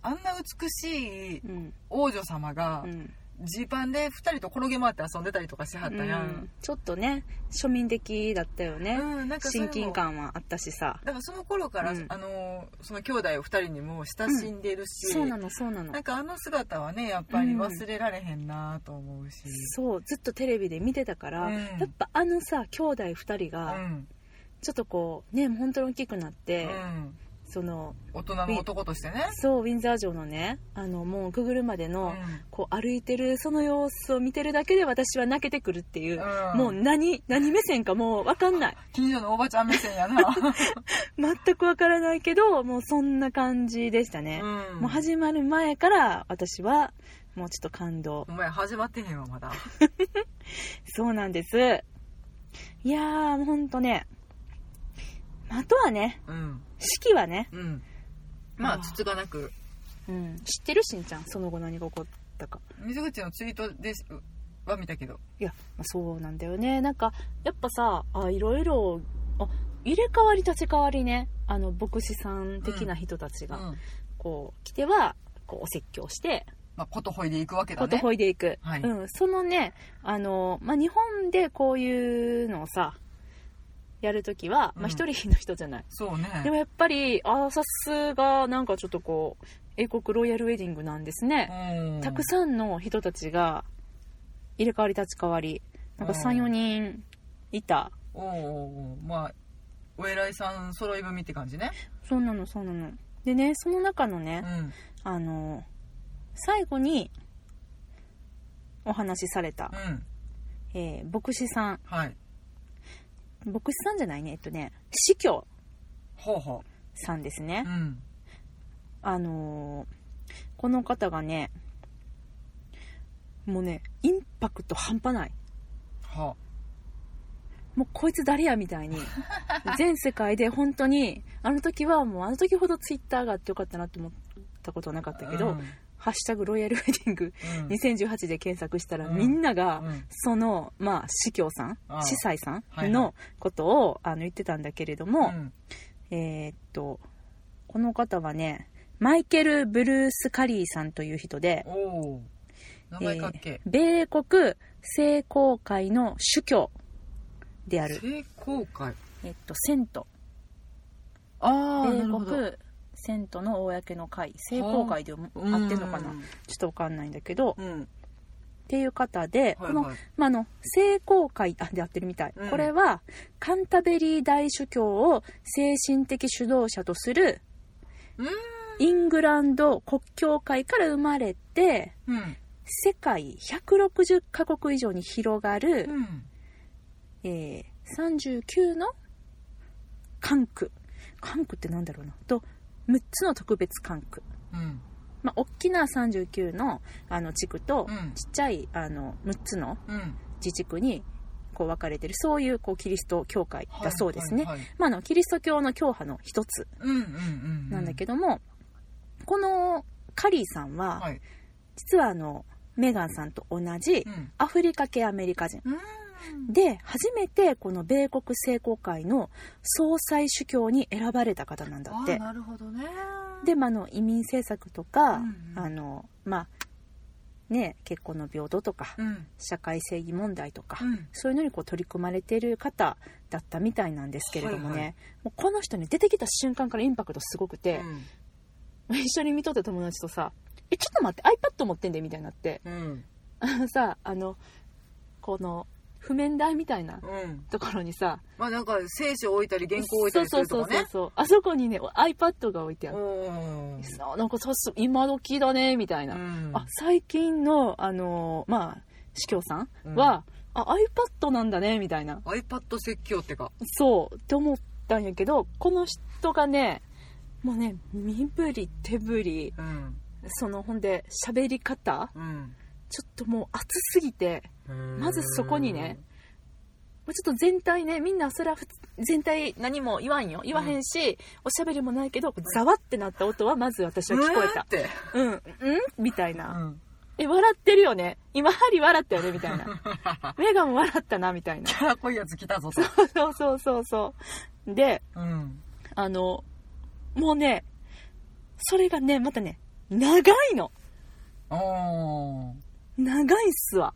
Speaker 2: あんな美しい
Speaker 1: うん
Speaker 2: 王女様が、
Speaker 1: うん、
Speaker 2: ジーパンで2人と転げ回って遊んでたりとかしはったや
Speaker 1: うん
Speaker 2: ん、
Speaker 1: ちょっとね庶民的だったよ
Speaker 2: う
Speaker 1: ね、
Speaker 2: んなんかそれ
Speaker 1: 親
Speaker 2: も
Speaker 1: 近感はあったしさ
Speaker 2: だからその頃から、
Speaker 1: うん
Speaker 2: あのその兄弟お二人にも親しんでるし、
Speaker 1: そうなのそうなの
Speaker 2: なんかあの姿はねやっぱり忘れられへんなと思うし、
Speaker 1: そうずっとテレビで見てたから、
Speaker 2: うん
Speaker 1: やっぱあのさ兄弟2人
Speaker 2: う
Speaker 1: が
Speaker 2: ん
Speaker 1: ちょっとこうね本当に大きくなっ
Speaker 2: う
Speaker 1: て、
Speaker 2: ん
Speaker 1: その
Speaker 2: 大人の男としてね、
Speaker 1: そうウィンザー城のねあのもうくぐるまで
Speaker 2: う
Speaker 1: の、
Speaker 2: ん
Speaker 1: こう歩いてるその様子を見てるだけで私は泣けてくるっていう、
Speaker 2: うん
Speaker 1: もう何何目線かもう分かんない
Speaker 2: 近所のおばちゃん目線
Speaker 1: [laughs]
Speaker 2: やな、
Speaker 1: 全く分からないけどもうそんな感じでしたね、
Speaker 2: うん、
Speaker 1: もう始まる前から私はもうちょっと感動
Speaker 2: お前始まってへんわまだ
Speaker 1: そうなんですいやーもうほんとねあとはね
Speaker 2: うん
Speaker 1: 式はね、
Speaker 2: うん
Speaker 1: あ
Speaker 2: まあ
Speaker 1: ー
Speaker 2: つつがなく
Speaker 1: うん、知ってるしんちゃんその後何が起こったか
Speaker 2: 水口のツイートですは見たけど
Speaker 1: いや、まあそうなんだよねなんかやっぱさあいろいろあ入れ替わり立ち替わりねあの牧師さん的な人たち
Speaker 2: う
Speaker 1: が、
Speaker 2: ん
Speaker 1: こう来てはこうお説教して
Speaker 2: まあことほいでいくわけだ
Speaker 1: こ
Speaker 2: ね
Speaker 1: とほいでいく、
Speaker 2: はい
Speaker 1: うん、そのねあの、まあ、日本でこういうのをさやるときは、
Speaker 2: う
Speaker 1: まあ、
Speaker 2: ん
Speaker 1: 一人の人じゃない、
Speaker 2: そうね
Speaker 1: でもやっぱりあーさすがなんかちょっとこう英国ロイヤルウェディングなんですね、
Speaker 2: うん
Speaker 1: たくさんの人たちが入れ替わり立ち替わりなんか
Speaker 2: うん
Speaker 1: 34人いた
Speaker 2: おうおうおうまあお偉いさん揃い踏みって感
Speaker 1: [laughs]
Speaker 2: じね
Speaker 1: そうなのそうなのでねその中のね
Speaker 2: う、ん
Speaker 1: あの最後にお話しされた
Speaker 2: う、ん
Speaker 1: えー牧師さん
Speaker 2: はい
Speaker 1: 牧師さんじゃないねえっとね司教
Speaker 2: ほうほ
Speaker 1: さんです
Speaker 2: う
Speaker 1: ね
Speaker 2: う、ん
Speaker 1: あのーこの方がねもうねインパクト半端ない
Speaker 2: は
Speaker 1: もうこいつ誰やみたい
Speaker 2: [laughs]
Speaker 1: に全世界で本当にあの時はもうあの時ほどツイッターがあってよかったなって思ったことはなかったけど「
Speaker 2: うん
Speaker 1: ハッシュタグロイヤルウェディング
Speaker 2: うん
Speaker 1: 2018」で検索したら
Speaker 2: うん
Speaker 1: みんなが
Speaker 2: うん
Speaker 1: そのまあ司教さん
Speaker 2: ああ
Speaker 1: 司祭さ
Speaker 2: はいはい
Speaker 1: んのことをあの言ってたんだけれども、
Speaker 2: うん
Speaker 1: えーっとこの方はねマイケル・ブルース・カリーさんという人で、
Speaker 2: おお名前かっけ
Speaker 1: えー米国聖公会の主教である、
Speaker 2: 成功会
Speaker 1: えっと、セント
Speaker 2: あ
Speaker 1: 米国セントの公の会聖公会でも
Speaker 2: うん
Speaker 1: 合ってるのかなちょっとわかんないんだけどっ
Speaker 2: うん
Speaker 1: ていう方で、
Speaker 2: はい
Speaker 1: この
Speaker 2: はい
Speaker 1: まあ、あの聖公会あで合ってるみたい、
Speaker 2: うん
Speaker 1: これはカンタベリー大主教を精神的主導者とする
Speaker 2: うん
Speaker 1: イングランド国教会から生まれて
Speaker 2: うん
Speaker 1: 世界160カ国以上に広がる、
Speaker 2: うん
Speaker 1: えー39の管区管区ってなんだろうなと6つの特別管区
Speaker 2: うん
Speaker 1: まあ、大きな39のあの地区と、
Speaker 2: うん
Speaker 1: ちっちゃいあの6つの
Speaker 2: うん
Speaker 1: 自治区にこう分かれてるそういうこうキリスト教会だそうですね、
Speaker 2: はいはいはい
Speaker 1: まあ、あのキリスト教の教派の一つ
Speaker 2: うんうんうん
Speaker 1: なんだけども、このカリーさんは、
Speaker 2: はい
Speaker 1: 実はあのメガンさんと同じ
Speaker 2: うん
Speaker 1: アフリカ系アメリカ人
Speaker 2: うん
Speaker 1: で初めてこの米国聖公会の総裁主教に選ばれた方なんだ
Speaker 2: あ
Speaker 1: っ
Speaker 2: ー
Speaker 1: て
Speaker 2: なるほどね
Speaker 1: で、まあ、あの移民政策とか、
Speaker 2: うんうん
Speaker 1: あのまあね、結婚の平等とか、
Speaker 2: うん
Speaker 1: 社会正義問題とか、
Speaker 2: うん
Speaker 1: そういうのにこう取り組まれてる方だったみたいなんですけれどもね、
Speaker 2: はいはい
Speaker 1: もうこの人ね出てきた瞬間からインパクトすごくて、一緒に見とった友達とさ「えちょっと待って iPad 持ってんで」みたいになって
Speaker 2: うんうん
Speaker 1: あのさあのこの譜面台みたいな
Speaker 2: うん
Speaker 1: ところにさ
Speaker 2: まあなんか聖書置いたり原稿置いたりす
Speaker 1: そう
Speaker 2: る
Speaker 1: そ
Speaker 2: と
Speaker 1: う
Speaker 2: か
Speaker 1: そうそう
Speaker 2: ね
Speaker 1: そうあそこにね iPad が置いてある、
Speaker 2: おー
Speaker 1: そうなんかそうそう今時だねみたいな、
Speaker 2: うん
Speaker 1: あ最近の、あのーまあ、司教さんは、あ iPad なんだねみたいな
Speaker 2: iPad 説教ってか
Speaker 1: そうって思ったんやけどこの人がねもうね身振り手振り
Speaker 2: うん
Speaker 1: そのほんで喋り方
Speaker 2: うん
Speaker 1: ちょっともう熱すぎて
Speaker 2: ま
Speaker 1: まずそこにねまあちょっと全体ねみんなそれは普通全体何も言わんよ言わへんし、おしゃべりもないけどざわってなった音はまず私は聞こえた
Speaker 2: て
Speaker 1: うんうんみたいうな、
Speaker 2: ん [laughs]
Speaker 1: え笑ってるよね今ハリ笑ったよねみたいなメガも笑ったなみたいな
Speaker 2: かっこいいやつ来た [laughs] ぞと
Speaker 1: [laughs] そうそうそうそうで
Speaker 2: うん
Speaker 1: あの、もうね、それがね、またね、長いの。
Speaker 2: おー
Speaker 1: 長いっすわ。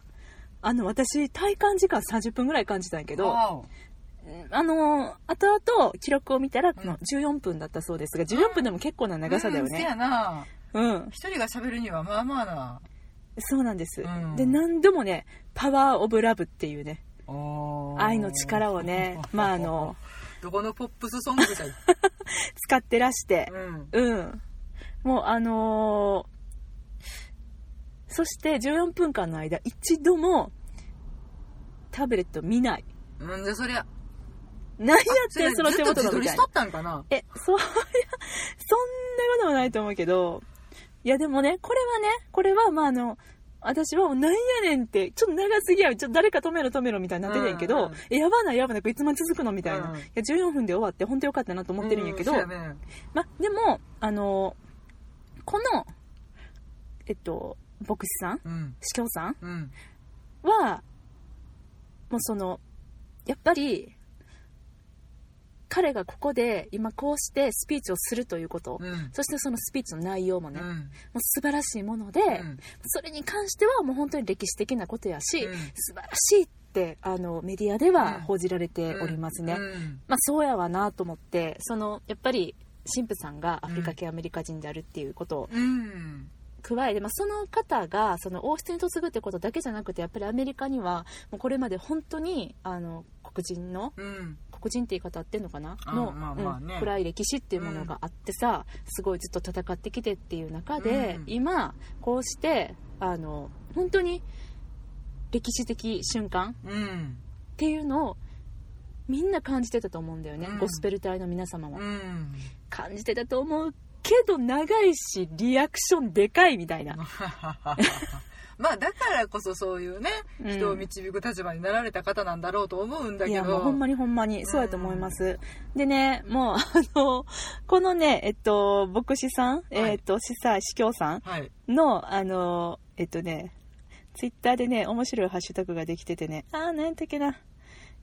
Speaker 1: あの、私、体感時間30分ぐらい感じたんやけど、
Speaker 2: わお
Speaker 1: あの、後々記録を見たら、こ
Speaker 2: う
Speaker 1: の
Speaker 2: ん
Speaker 1: 14分だったそうですが、14分でも結構な長さだよ
Speaker 2: うんせ
Speaker 1: ね。
Speaker 2: やな
Speaker 1: うん。
Speaker 2: 一人が喋るにはまあまあな
Speaker 1: そうなんです
Speaker 2: うん。
Speaker 1: で、何度もね、パワーオブラブっていうね、
Speaker 2: おー
Speaker 1: 愛の力を [laughs]
Speaker 2: [laughs]
Speaker 1: ね、まあ、あの、
Speaker 2: どこのポップスソングだよ
Speaker 1: 使ってらして、
Speaker 2: うん
Speaker 1: うん。もうあのーそして14分間の間、一度もタブレット見ない。
Speaker 2: うんじゃあそりゃ
Speaker 1: 何やっ
Speaker 2: そ
Speaker 1: て
Speaker 2: れ
Speaker 1: んその手
Speaker 2: ずっ
Speaker 1: 元
Speaker 2: と自
Speaker 1: の
Speaker 2: 撮
Speaker 1: み
Speaker 2: り
Speaker 1: たい
Speaker 2: しと
Speaker 1: な
Speaker 2: っ。たんかな
Speaker 1: え、 [laughs] そりゃ、そんなことはないと思うけど、いやでもね、これはね、これはまああの、私はもうなんやねんって、ちょっと長すぎや、ちょっと誰か止めろ止めろみたいになってたんやけ
Speaker 2: うんうんう
Speaker 1: ど
Speaker 2: ん、
Speaker 1: えやばないやばない、これいつまで続くのみたいな。
Speaker 2: うん
Speaker 1: いや、14分で終わって本当よかったなと思ってるんやけど、
Speaker 2: うそうやね
Speaker 1: ま、でも、あのこの、えっと、牧師さん、
Speaker 2: うん
Speaker 1: 司教さん
Speaker 2: うん
Speaker 1: は、もうその、やっぱり、彼がここで今こうしてスピーチをするということ、
Speaker 2: うん
Speaker 1: そしてそのスピーチの内容もね、
Speaker 2: う
Speaker 1: もうん素晴らしいもので、
Speaker 2: うん
Speaker 1: それに関してはもう本当に歴史的なことやし、
Speaker 2: うん
Speaker 1: 素晴らしいってあのメディアでは報じられておりますね。
Speaker 2: うん
Speaker 1: まあ、そうやわなと思ってそのやっぱり神父さんがアフリカ系アメリカ人であるっていうことを
Speaker 2: うん
Speaker 1: 加えて、まあ、その方がその王室に嫁ぐってことだけじゃなくてやっぱりアメリカにはもうこれまで本当にあの黒人の
Speaker 2: うん
Speaker 1: こ黒人って言い方合ってんのかな
Speaker 2: あ
Speaker 1: の、
Speaker 2: まあまあね
Speaker 1: うん暗い歴史っていうものがあってさ、すごいずっと戦ってきてっていう中で、
Speaker 2: うん
Speaker 1: 今こうしてあの本当に歴史的瞬間
Speaker 2: うん
Speaker 1: っていうのをみんな感じてたと思うんだよね、
Speaker 2: うん
Speaker 1: ゴスペル隊の皆様は、
Speaker 2: うん
Speaker 1: 感じてたと思うけど長いしリアクションでかいみたいな、
Speaker 2: まあだからこそそういうね
Speaker 1: うん
Speaker 2: 人を導く立場になられた方なんだろうと思うんだ
Speaker 1: い
Speaker 2: け
Speaker 1: やも
Speaker 2: ど
Speaker 1: うほんまにほんまにそうやと思います、でねもうあの [laughs] このねえっと牧師さん、えっと司祭司教さん
Speaker 2: はい
Speaker 1: のあのえっとねツイッターでね面白いハッシュタグができててねああ何やったっけな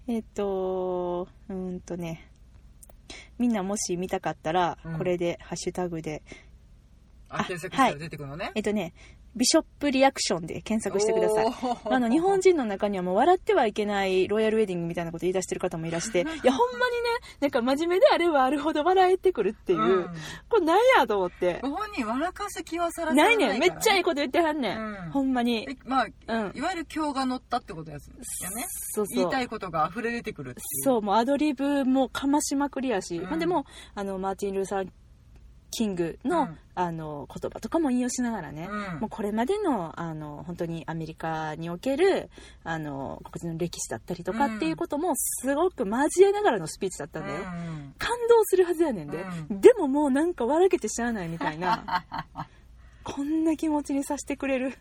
Speaker 1: えっとうーんとねみんなもし見たかったら、
Speaker 2: うん
Speaker 1: これでハッシュタグで
Speaker 2: あ検索したら出てくるのね
Speaker 1: えっとねビショップリアクションで検索してください
Speaker 2: い
Speaker 1: あの [laughs] 日本人の中にはもう笑ってはいけないロイヤルウェディングみたいなこと言い出してる方もいらしていやほんまにねなんか真面目であればあるほど笑えてくるっていう、
Speaker 2: うん
Speaker 1: これなんやと思って
Speaker 2: ご本人笑かす気はさらさら
Speaker 1: ないねんめっちゃい
Speaker 2: い
Speaker 1: いこと言ってはんねん、
Speaker 2: うん
Speaker 1: ほんまに
Speaker 2: えまあ
Speaker 1: うん
Speaker 2: いわゆる今日が乗ったってことやつよね
Speaker 1: そう
Speaker 2: 言
Speaker 1: そ
Speaker 2: いうたいことが溢れ出てくるっていう
Speaker 1: そうもうアドリブもかましまくりやし、
Speaker 2: うん
Speaker 1: ほんでもうあのマーティン・ルーサー・キングの,、
Speaker 2: うん
Speaker 1: あの言葉とかも引用しながらね、
Speaker 2: うん
Speaker 1: もうこれまでのあの本当にアメリカにおけるあの黒人の歴史だったりとか
Speaker 2: うん
Speaker 1: っていうこともすごく交えながらのスピーチだったんだよ、
Speaker 2: うん
Speaker 1: 感動するはずやねんで、
Speaker 2: う
Speaker 1: でももうなんか笑けてしゃあないみたい
Speaker 2: [laughs]
Speaker 1: なこんな気持ちにさせてくれる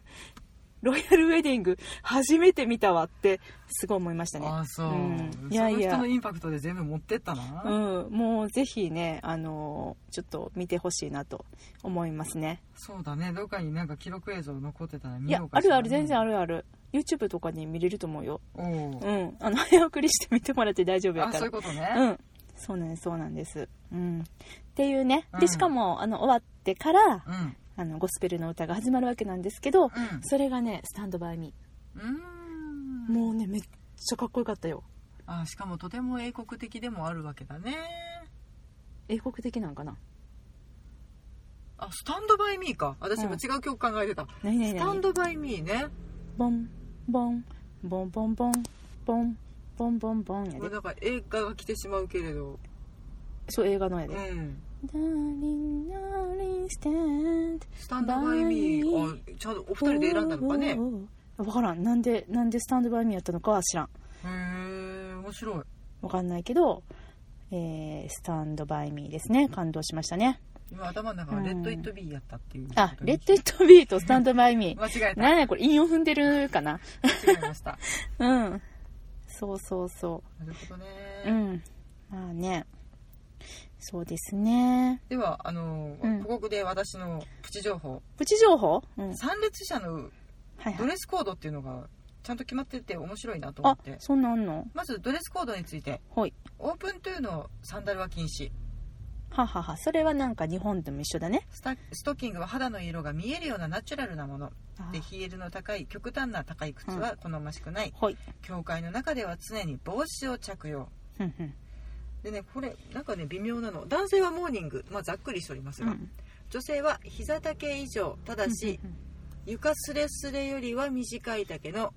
Speaker 1: ロイヤルウェディング初めて見たわってすごい思いましたね
Speaker 2: ああそう、
Speaker 1: うんい
Speaker 2: い
Speaker 1: や
Speaker 2: や
Speaker 1: い
Speaker 2: い
Speaker 1: や
Speaker 2: やその人のインパクトで全部持ってったな、
Speaker 1: うん、もうぜひね、あのーちょっと見てほしいなと思いますね。
Speaker 2: そうだねどっかになんか記録映像残ってたら
Speaker 1: い
Speaker 2: 見
Speaker 1: や
Speaker 2: よう、か
Speaker 1: あ
Speaker 2: し
Speaker 1: る
Speaker 2: ら
Speaker 1: あ
Speaker 2: ね
Speaker 1: る、全然あるある。YouTube とかに見れると思うよ。
Speaker 2: おう
Speaker 1: うん、あの、早送りして見てもらって大丈夫や
Speaker 2: あ
Speaker 1: か
Speaker 2: そうい
Speaker 1: ら
Speaker 2: う。ことね、
Speaker 1: うん、そうなんです、そうなんです。うん。っていうね。
Speaker 2: う
Speaker 1: で、
Speaker 2: ん
Speaker 1: しかも、あの、終わってから、
Speaker 2: うん
Speaker 1: あの、ゴスペルの歌が始まるわけなんですけど、
Speaker 2: うん
Speaker 1: それがね、スタンドバイミ
Speaker 2: うーん
Speaker 1: ー。もうね、めっちゃかっこよかったよ。
Speaker 2: あしかもとても英国的でもあるわけだね
Speaker 1: 英国的なんかな
Speaker 2: あスタンドバイミーか私も
Speaker 1: うん
Speaker 2: 違う曲考えてた、
Speaker 1: 何々
Speaker 2: スタ
Speaker 1: 何
Speaker 2: ンドバイミーね
Speaker 1: ボン、ボン、ボンボンボン、ボン、ボンボンボンや
Speaker 2: こ
Speaker 1: で
Speaker 2: れ。だから映画が来てしまうけれど
Speaker 1: そう映画のや
Speaker 2: う
Speaker 1: で。
Speaker 2: ん
Speaker 1: ダーリンダーリンスタンド
Speaker 2: スタンドバイミーあちゃんとお二人で選んだのかね
Speaker 1: 分からんなんでなんでスタンドバイミーやったのかは知らん
Speaker 2: へえ面白い
Speaker 1: 分かんないけど、えースタンドバイミーですね感動しましたね
Speaker 2: 今頭の中がレッド・イット・ビーやったっていうことに
Speaker 1: あレッド・イット・ビーとスタンドバイミー
Speaker 2: [laughs] 間違えた
Speaker 1: 何やこれ韻を踏んでるかな
Speaker 2: 間違え
Speaker 1: [laughs]
Speaker 2: ました
Speaker 1: うんそうそうそ
Speaker 2: なるほどね、
Speaker 1: ううんまあねそうですね
Speaker 2: ではあの、
Speaker 1: うん
Speaker 2: ここで私のプチ情報
Speaker 1: プチ情報、うん、はい
Speaker 2: 参列者の
Speaker 1: はい
Speaker 2: ドレスコードっていうのがちゃんと決まってて面白いなと思
Speaker 1: あ
Speaker 2: って
Speaker 1: そんなんあんの
Speaker 2: まずドレスコードについて
Speaker 1: ほい
Speaker 2: オープントゥーのサンダルは禁止
Speaker 1: はははそれはなんか日本でも一緒だね
Speaker 2: スタストッキングは肌の色が見えるようなナチュラルなものでヒールの高い極端な高い靴は好ましくない、
Speaker 1: ほい
Speaker 2: 教会の中では常に帽子を着用
Speaker 1: うんうん
Speaker 2: でねこれなんかね微妙なの男性はモーニング、まあ、ざっくりしておりますが、女性は膝丈以上ただし、床すれすれよりは短い丈の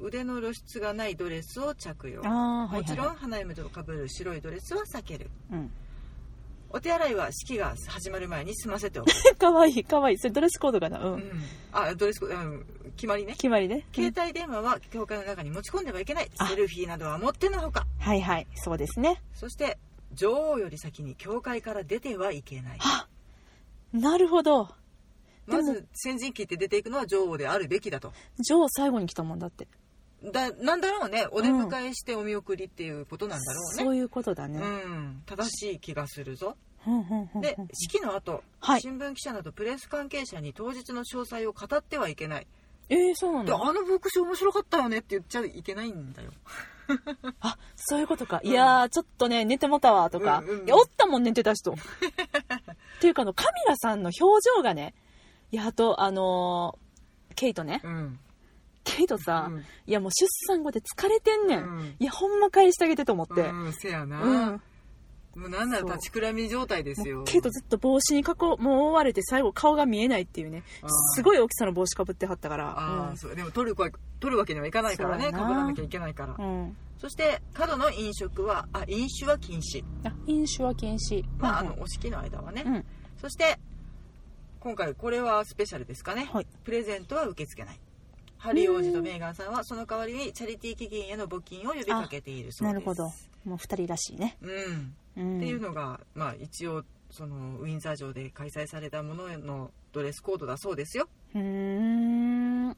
Speaker 2: 腕の露出がないドレスを着用
Speaker 1: ああはいはい
Speaker 2: もちろん花嫁とかぶる白いドレスは避ける
Speaker 1: うん、 [laughs]
Speaker 2: お手洗いは式が始まる前に済ませておく、
Speaker 1: かわいいかわいいそれドレスコードかなうん、
Speaker 2: うん、あドレスコ、うん、決まりね
Speaker 1: 決まりで、
Speaker 2: 携帯電話は教会の中に持ち込んではいけないセルフィーなどは持ってのほか
Speaker 1: はいはいそうですね
Speaker 2: そして女王より先に教会から出てはいけない
Speaker 1: なるほどで
Speaker 2: ま
Speaker 1: も
Speaker 2: ず先人切って出ていくのは女王であるべきだと
Speaker 1: 女王最後に来たもんだって
Speaker 2: だなんだろうねお出迎えしてお見送りっていうことなんだろうね、
Speaker 1: そういうことだね、
Speaker 2: うん、正しい気がするぞ。
Speaker 1: ふんふんふんふん
Speaker 2: で式の後、
Speaker 1: はい
Speaker 2: 新聞記者などプレス関係者に当日の詳細を語ってはいけない、
Speaker 1: えー、そうな
Speaker 2: であ
Speaker 1: の
Speaker 2: の牧師面白かったよねって言っちゃいけないんだよ
Speaker 1: あそういうことか、いやーちょっとね寝てもたわとか、
Speaker 2: うんうん
Speaker 1: いやおったもん寝て
Speaker 2: [laughs]
Speaker 1: た人っていうかあのカミラさんの表情がねいやあとあのーケイトね、
Speaker 2: うん
Speaker 1: ケイトさ、
Speaker 2: うん
Speaker 1: いやもう出産後で疲れてんねん、
Speaker 2: うん
Speaker 1: いやほんま返してあげてと思って、
Speaker 2: うんせやな、
Speaker 1: うん
Speaker 2: もうなんなら
Speaker 1: そう
Speaker 2: 立ちくらみ状態です
Speaker 1: も
Speaker 2: よ
Speaker 1: うけどずっと帽子に囲もう覆われて最後顔が見えないっていうね
Speaker 2: あー
Speaker 1: すごい大きさの帽子かぶってはったか
Speaker 2: ああ、
Speaker 1: ら
Speaker 2: そうでも取るわ取るわけにはいかないから
Speaker 1: そ
Speaker 2: ね
Speaker 1: うや
Speaker 2: か
Speaker 1: な
Speaker 2: ぶらなきゃいけないから、
Speaker 1: うん、うん、
Speaker 2: そして過度の飲食はあ飲酒は禁止
Speaker 1: あ飲酒は禁止
Speaker 2: まああ
Speaker 1: うんうん
Speaker 2: のお式の間はね、
Speaker 1: うん
Speaker 2: そして今回これはスペシャルですかね、
Speaker 1: はい
Speaker 2: プレゼントは受け付けないハリー王子とメーガンさんはその代わりにチャリティー基金への募金を呼びかけているそう
Speaker 1: な
Speaker 2: です
Speaker 1: るほどもう二人らしいね、
Speaker 2: うん
Speaker 1: うん、
Speaker 2: っていうのが、まあ、一応そのウィンザー城で開催されたもののドレスコードだそうですよ
Speaker 1: うーん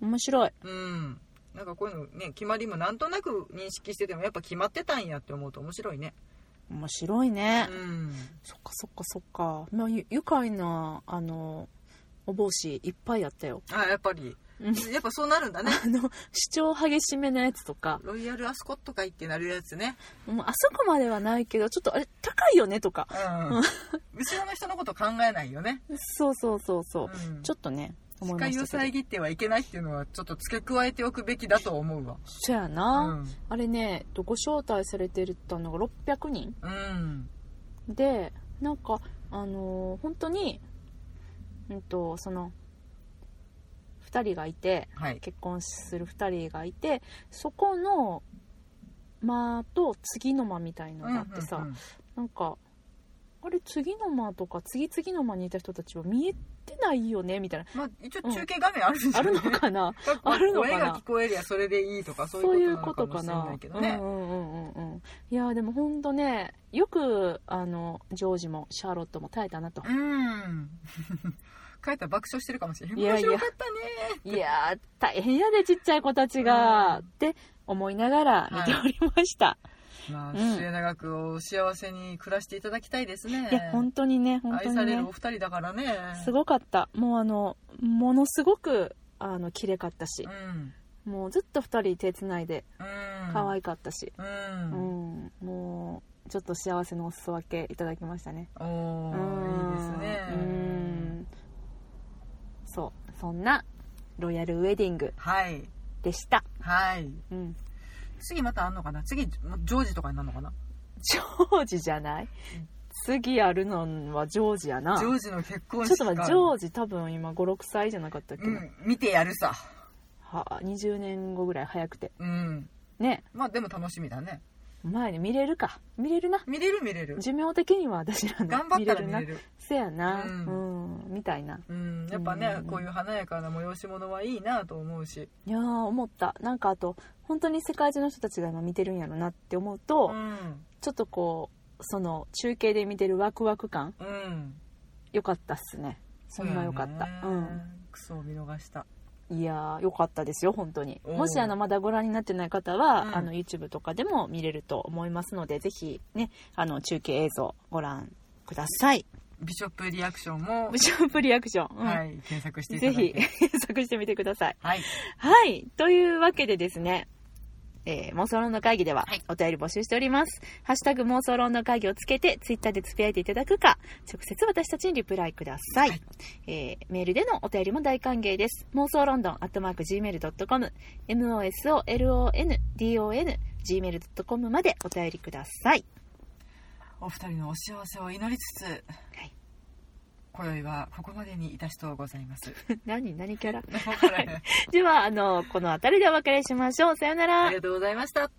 Speaker 1: 面白い
Speaker 2: うんなんかこういうのね決まりもなんとなく認識しててもやっぱ決まってたんやって思うと面白いね
Speaker 1: 面白いね、
Speaker 2: うん
Speaker 1: そっかそっかそっか、まあ、ゆ愉快なあのお帽子いっぱいあったよ [laughs]
Speaker 2: あやっぱり
Speaker 1: うん
Speaker 2: やっぱそうなるんだね
Speaker 1: あの主張激しめなやつとか
Speaker 2: ロイヤルアスコット会ってなるやつね
Speaker 1: もうあそこまではないけどちょっとあれ高いよねとか [laughs]
Speaker 2: うん後ろの人のこと考えないよね、
Speaker 1: そうそうそうそう、
Speaker 2: うん、
Speaker 1: ちょっとね思
Speaker 2: 視
Speaker 1: いま
Speaker 2: 界を
Speaker 1: したけど
Speaker 2: 遮ってはいけないっていうのはちょっと付け加えておくべきだと思うわ
Speaker 1: そや
Speaker 2: う
Speaker 1: な、
Speaker 2: ん
Speaker 1: あれねえっとご招待されてるったのが600人
Speaker 2: うん
Speaker 1: でなんかあのー本当にうんとその2人がいて、
Speaker 2: はい
Speaker 1: 結婚する2人がいてそこの間と次の間みたいのがあってさ、
Speaker 2: うんうんうん
Speaker 1: なんかあれ次の間とか次々の間にいた人たちは見えてないよねみた
Speaker 2: [laughs]
Speaker 1: いな
Speaker 2: まあ一応中継画面あるんじ
Speaker 1: あ
Speaker 2: ゃな
Speaker 1: る
Speaker 2: い [laughs]
Speaker 1: のかなあるのかな
Speaker 2: 声が聞こえりゃそれでいいとかそ
Speaker 1: そうう
Speaker 2: い
Speaker 1: いうう
Speaker 2: こ
Speaker 1: ことと
Speaker 2: なのか
Speaker 1: か
Speaker 2: もしれな
Speaker 1: ない
Speaker 2: け
Speaker 1: う。ん
Speaker 2: どね
Speaker 1: うんうんうんうんいやでもほんとねよくあのジョージもシャーロットも耐えたなと
Speaker 2: うん。 [laughs] 帰ったら爆笑してるかもしれない。
Speaker 1: いや
Speaker 2: 面
Speaker 1: いや
Speaker 2: 白かったね。
Speaker 1: いやー大変やでちっちゃい子たちが、
Speaker 2: う
Speaker 1: っ
Speaker 2: ん
Speaker 1: て思いながら見ておりました、
Speaker 2: まあ、
Speaker 1: うん
Speaker 2: 末永くお幸せに暮らしていただきたいですね。
Speaker 1: い、や本当にね本当
Speaker 2: 愛
Speaker 1: に
Speaker 2: され
Speaker 1: ね
Speaker 2: るお二人だからね。
Speaker 1: すごかったもうあのものすごくあの綺麗かったし
Speaker 2: う、ん。
Speaker 1: もうずっと2人手つないで
Speaker 2: うん。
Speaker 1: 可
Speaker 2: い
Speaker 1: 愛かったし、
Speaker 2: う。
Speaker 1: うんんもうちょっと幸せのお裾分けいただきましたね
Speaker 2: お
Speaker 1: うん
Speaker 2: ー、いいですね。
Speaker 1: うんそうそんなロイヤルウェディング
Speaker 2: はい。
Speaker 1: でした、
Speaker 2: はい。
Speaker 1: うん、
Speaker 2: 次またあんのかな次、ジョージとかになるのかな
Speaker 1: ジョージじゃない次あるのはジョージやな
Speaker 2: ジ
Speaker 1: ち
Speaker 2: ョ
Speaker 1: ょ
Speaker 2: ージの結婚
Speaker 1: っ
Speaker 2: 式
Speaker 1: と待ってジョージ多分今56歳じゃなかったっけ
Speaker 2: う
Speaker 1: な、
Speaker 2: ん、見てやるさ。
Speaker 1: は20年後ぐらい早くて
Speaker 2: うん。
Speaker 1: ね
Speaker 2: まあでも楽しみだね。
Speaker 1: 前に見れるか見れるな
Speaker 2: 見れる見れる。
Speaker 1: 寿命的には私らの
Speaker 2: 頑張ったら見
Speaker 1: な
Speaker 2: れる。
Speaker 1: せやな
Speaker 2: う
Speaker 1: うんん、みたいな
Speaker 2: うん、やっぱね、
Speaker 1: うん
Speaker 2: こういう華やかな催し物はいいなと思うし、
Speaker 1: いやー思ったなんかあと本当に世界中の人たちが今見てるんやろなって思うと、
Speaker 2: うん、
Speaker 1: ちょっとこうその中継で見てるワクワク感
Speaker 2: うん、
Speaker 1: よかったっすねそんなよかった
Speaker 2: そうやね。クソを見逃した。
Speaker 1: んいやーよかったですよ本当に
Speaker 2: おー
Speaker 1: もしあのまだご覧になってない方は、
Speaker 2: うん
Speaker 1: あの YouTube とかでも見れると思いますのでぜひねあの中継映像ご覧ください
Speaker 2: ビショップリアクションも
Speaker 1: 無、償プリアクション、うん
Speaker 2: はい、検索していただ
Speaker 1: ぜ
Speaker 2: い
Speaker 1: ひ
Speaker 2: て。
Speaker 1: 検索してみてください
Speaker 2: はい、
Speaker 1: はい。というわけでですね、えー妄想論の会議では
Speaker 2: はい
Speaker 1: お便り募集しております。ハッシュタグ妄想論の会議をつけて、ツイッターでつぶやいていただくか、直接私たちにリプライください。
Speaker 2: はい
Speaker 1: えーメールでのお便りも大歓迎です。妄想ロンドンアットマーク Gmail.com、mosolondon、gmail.com までお便りください。 [laughs]
Speaker 2: お二人のお幸せを祈りつつ、
Speaker 1: い
Speaker 2: 今宵はここまでにいたしとうございます。
Speaker 1: 何何キャラ [laughs]
Speaker 2: わからへん
Speaker 1: では、あの、この辺りでお別れしましょう。さよなら
Speaker 2: [laughs] あり。がとうございました。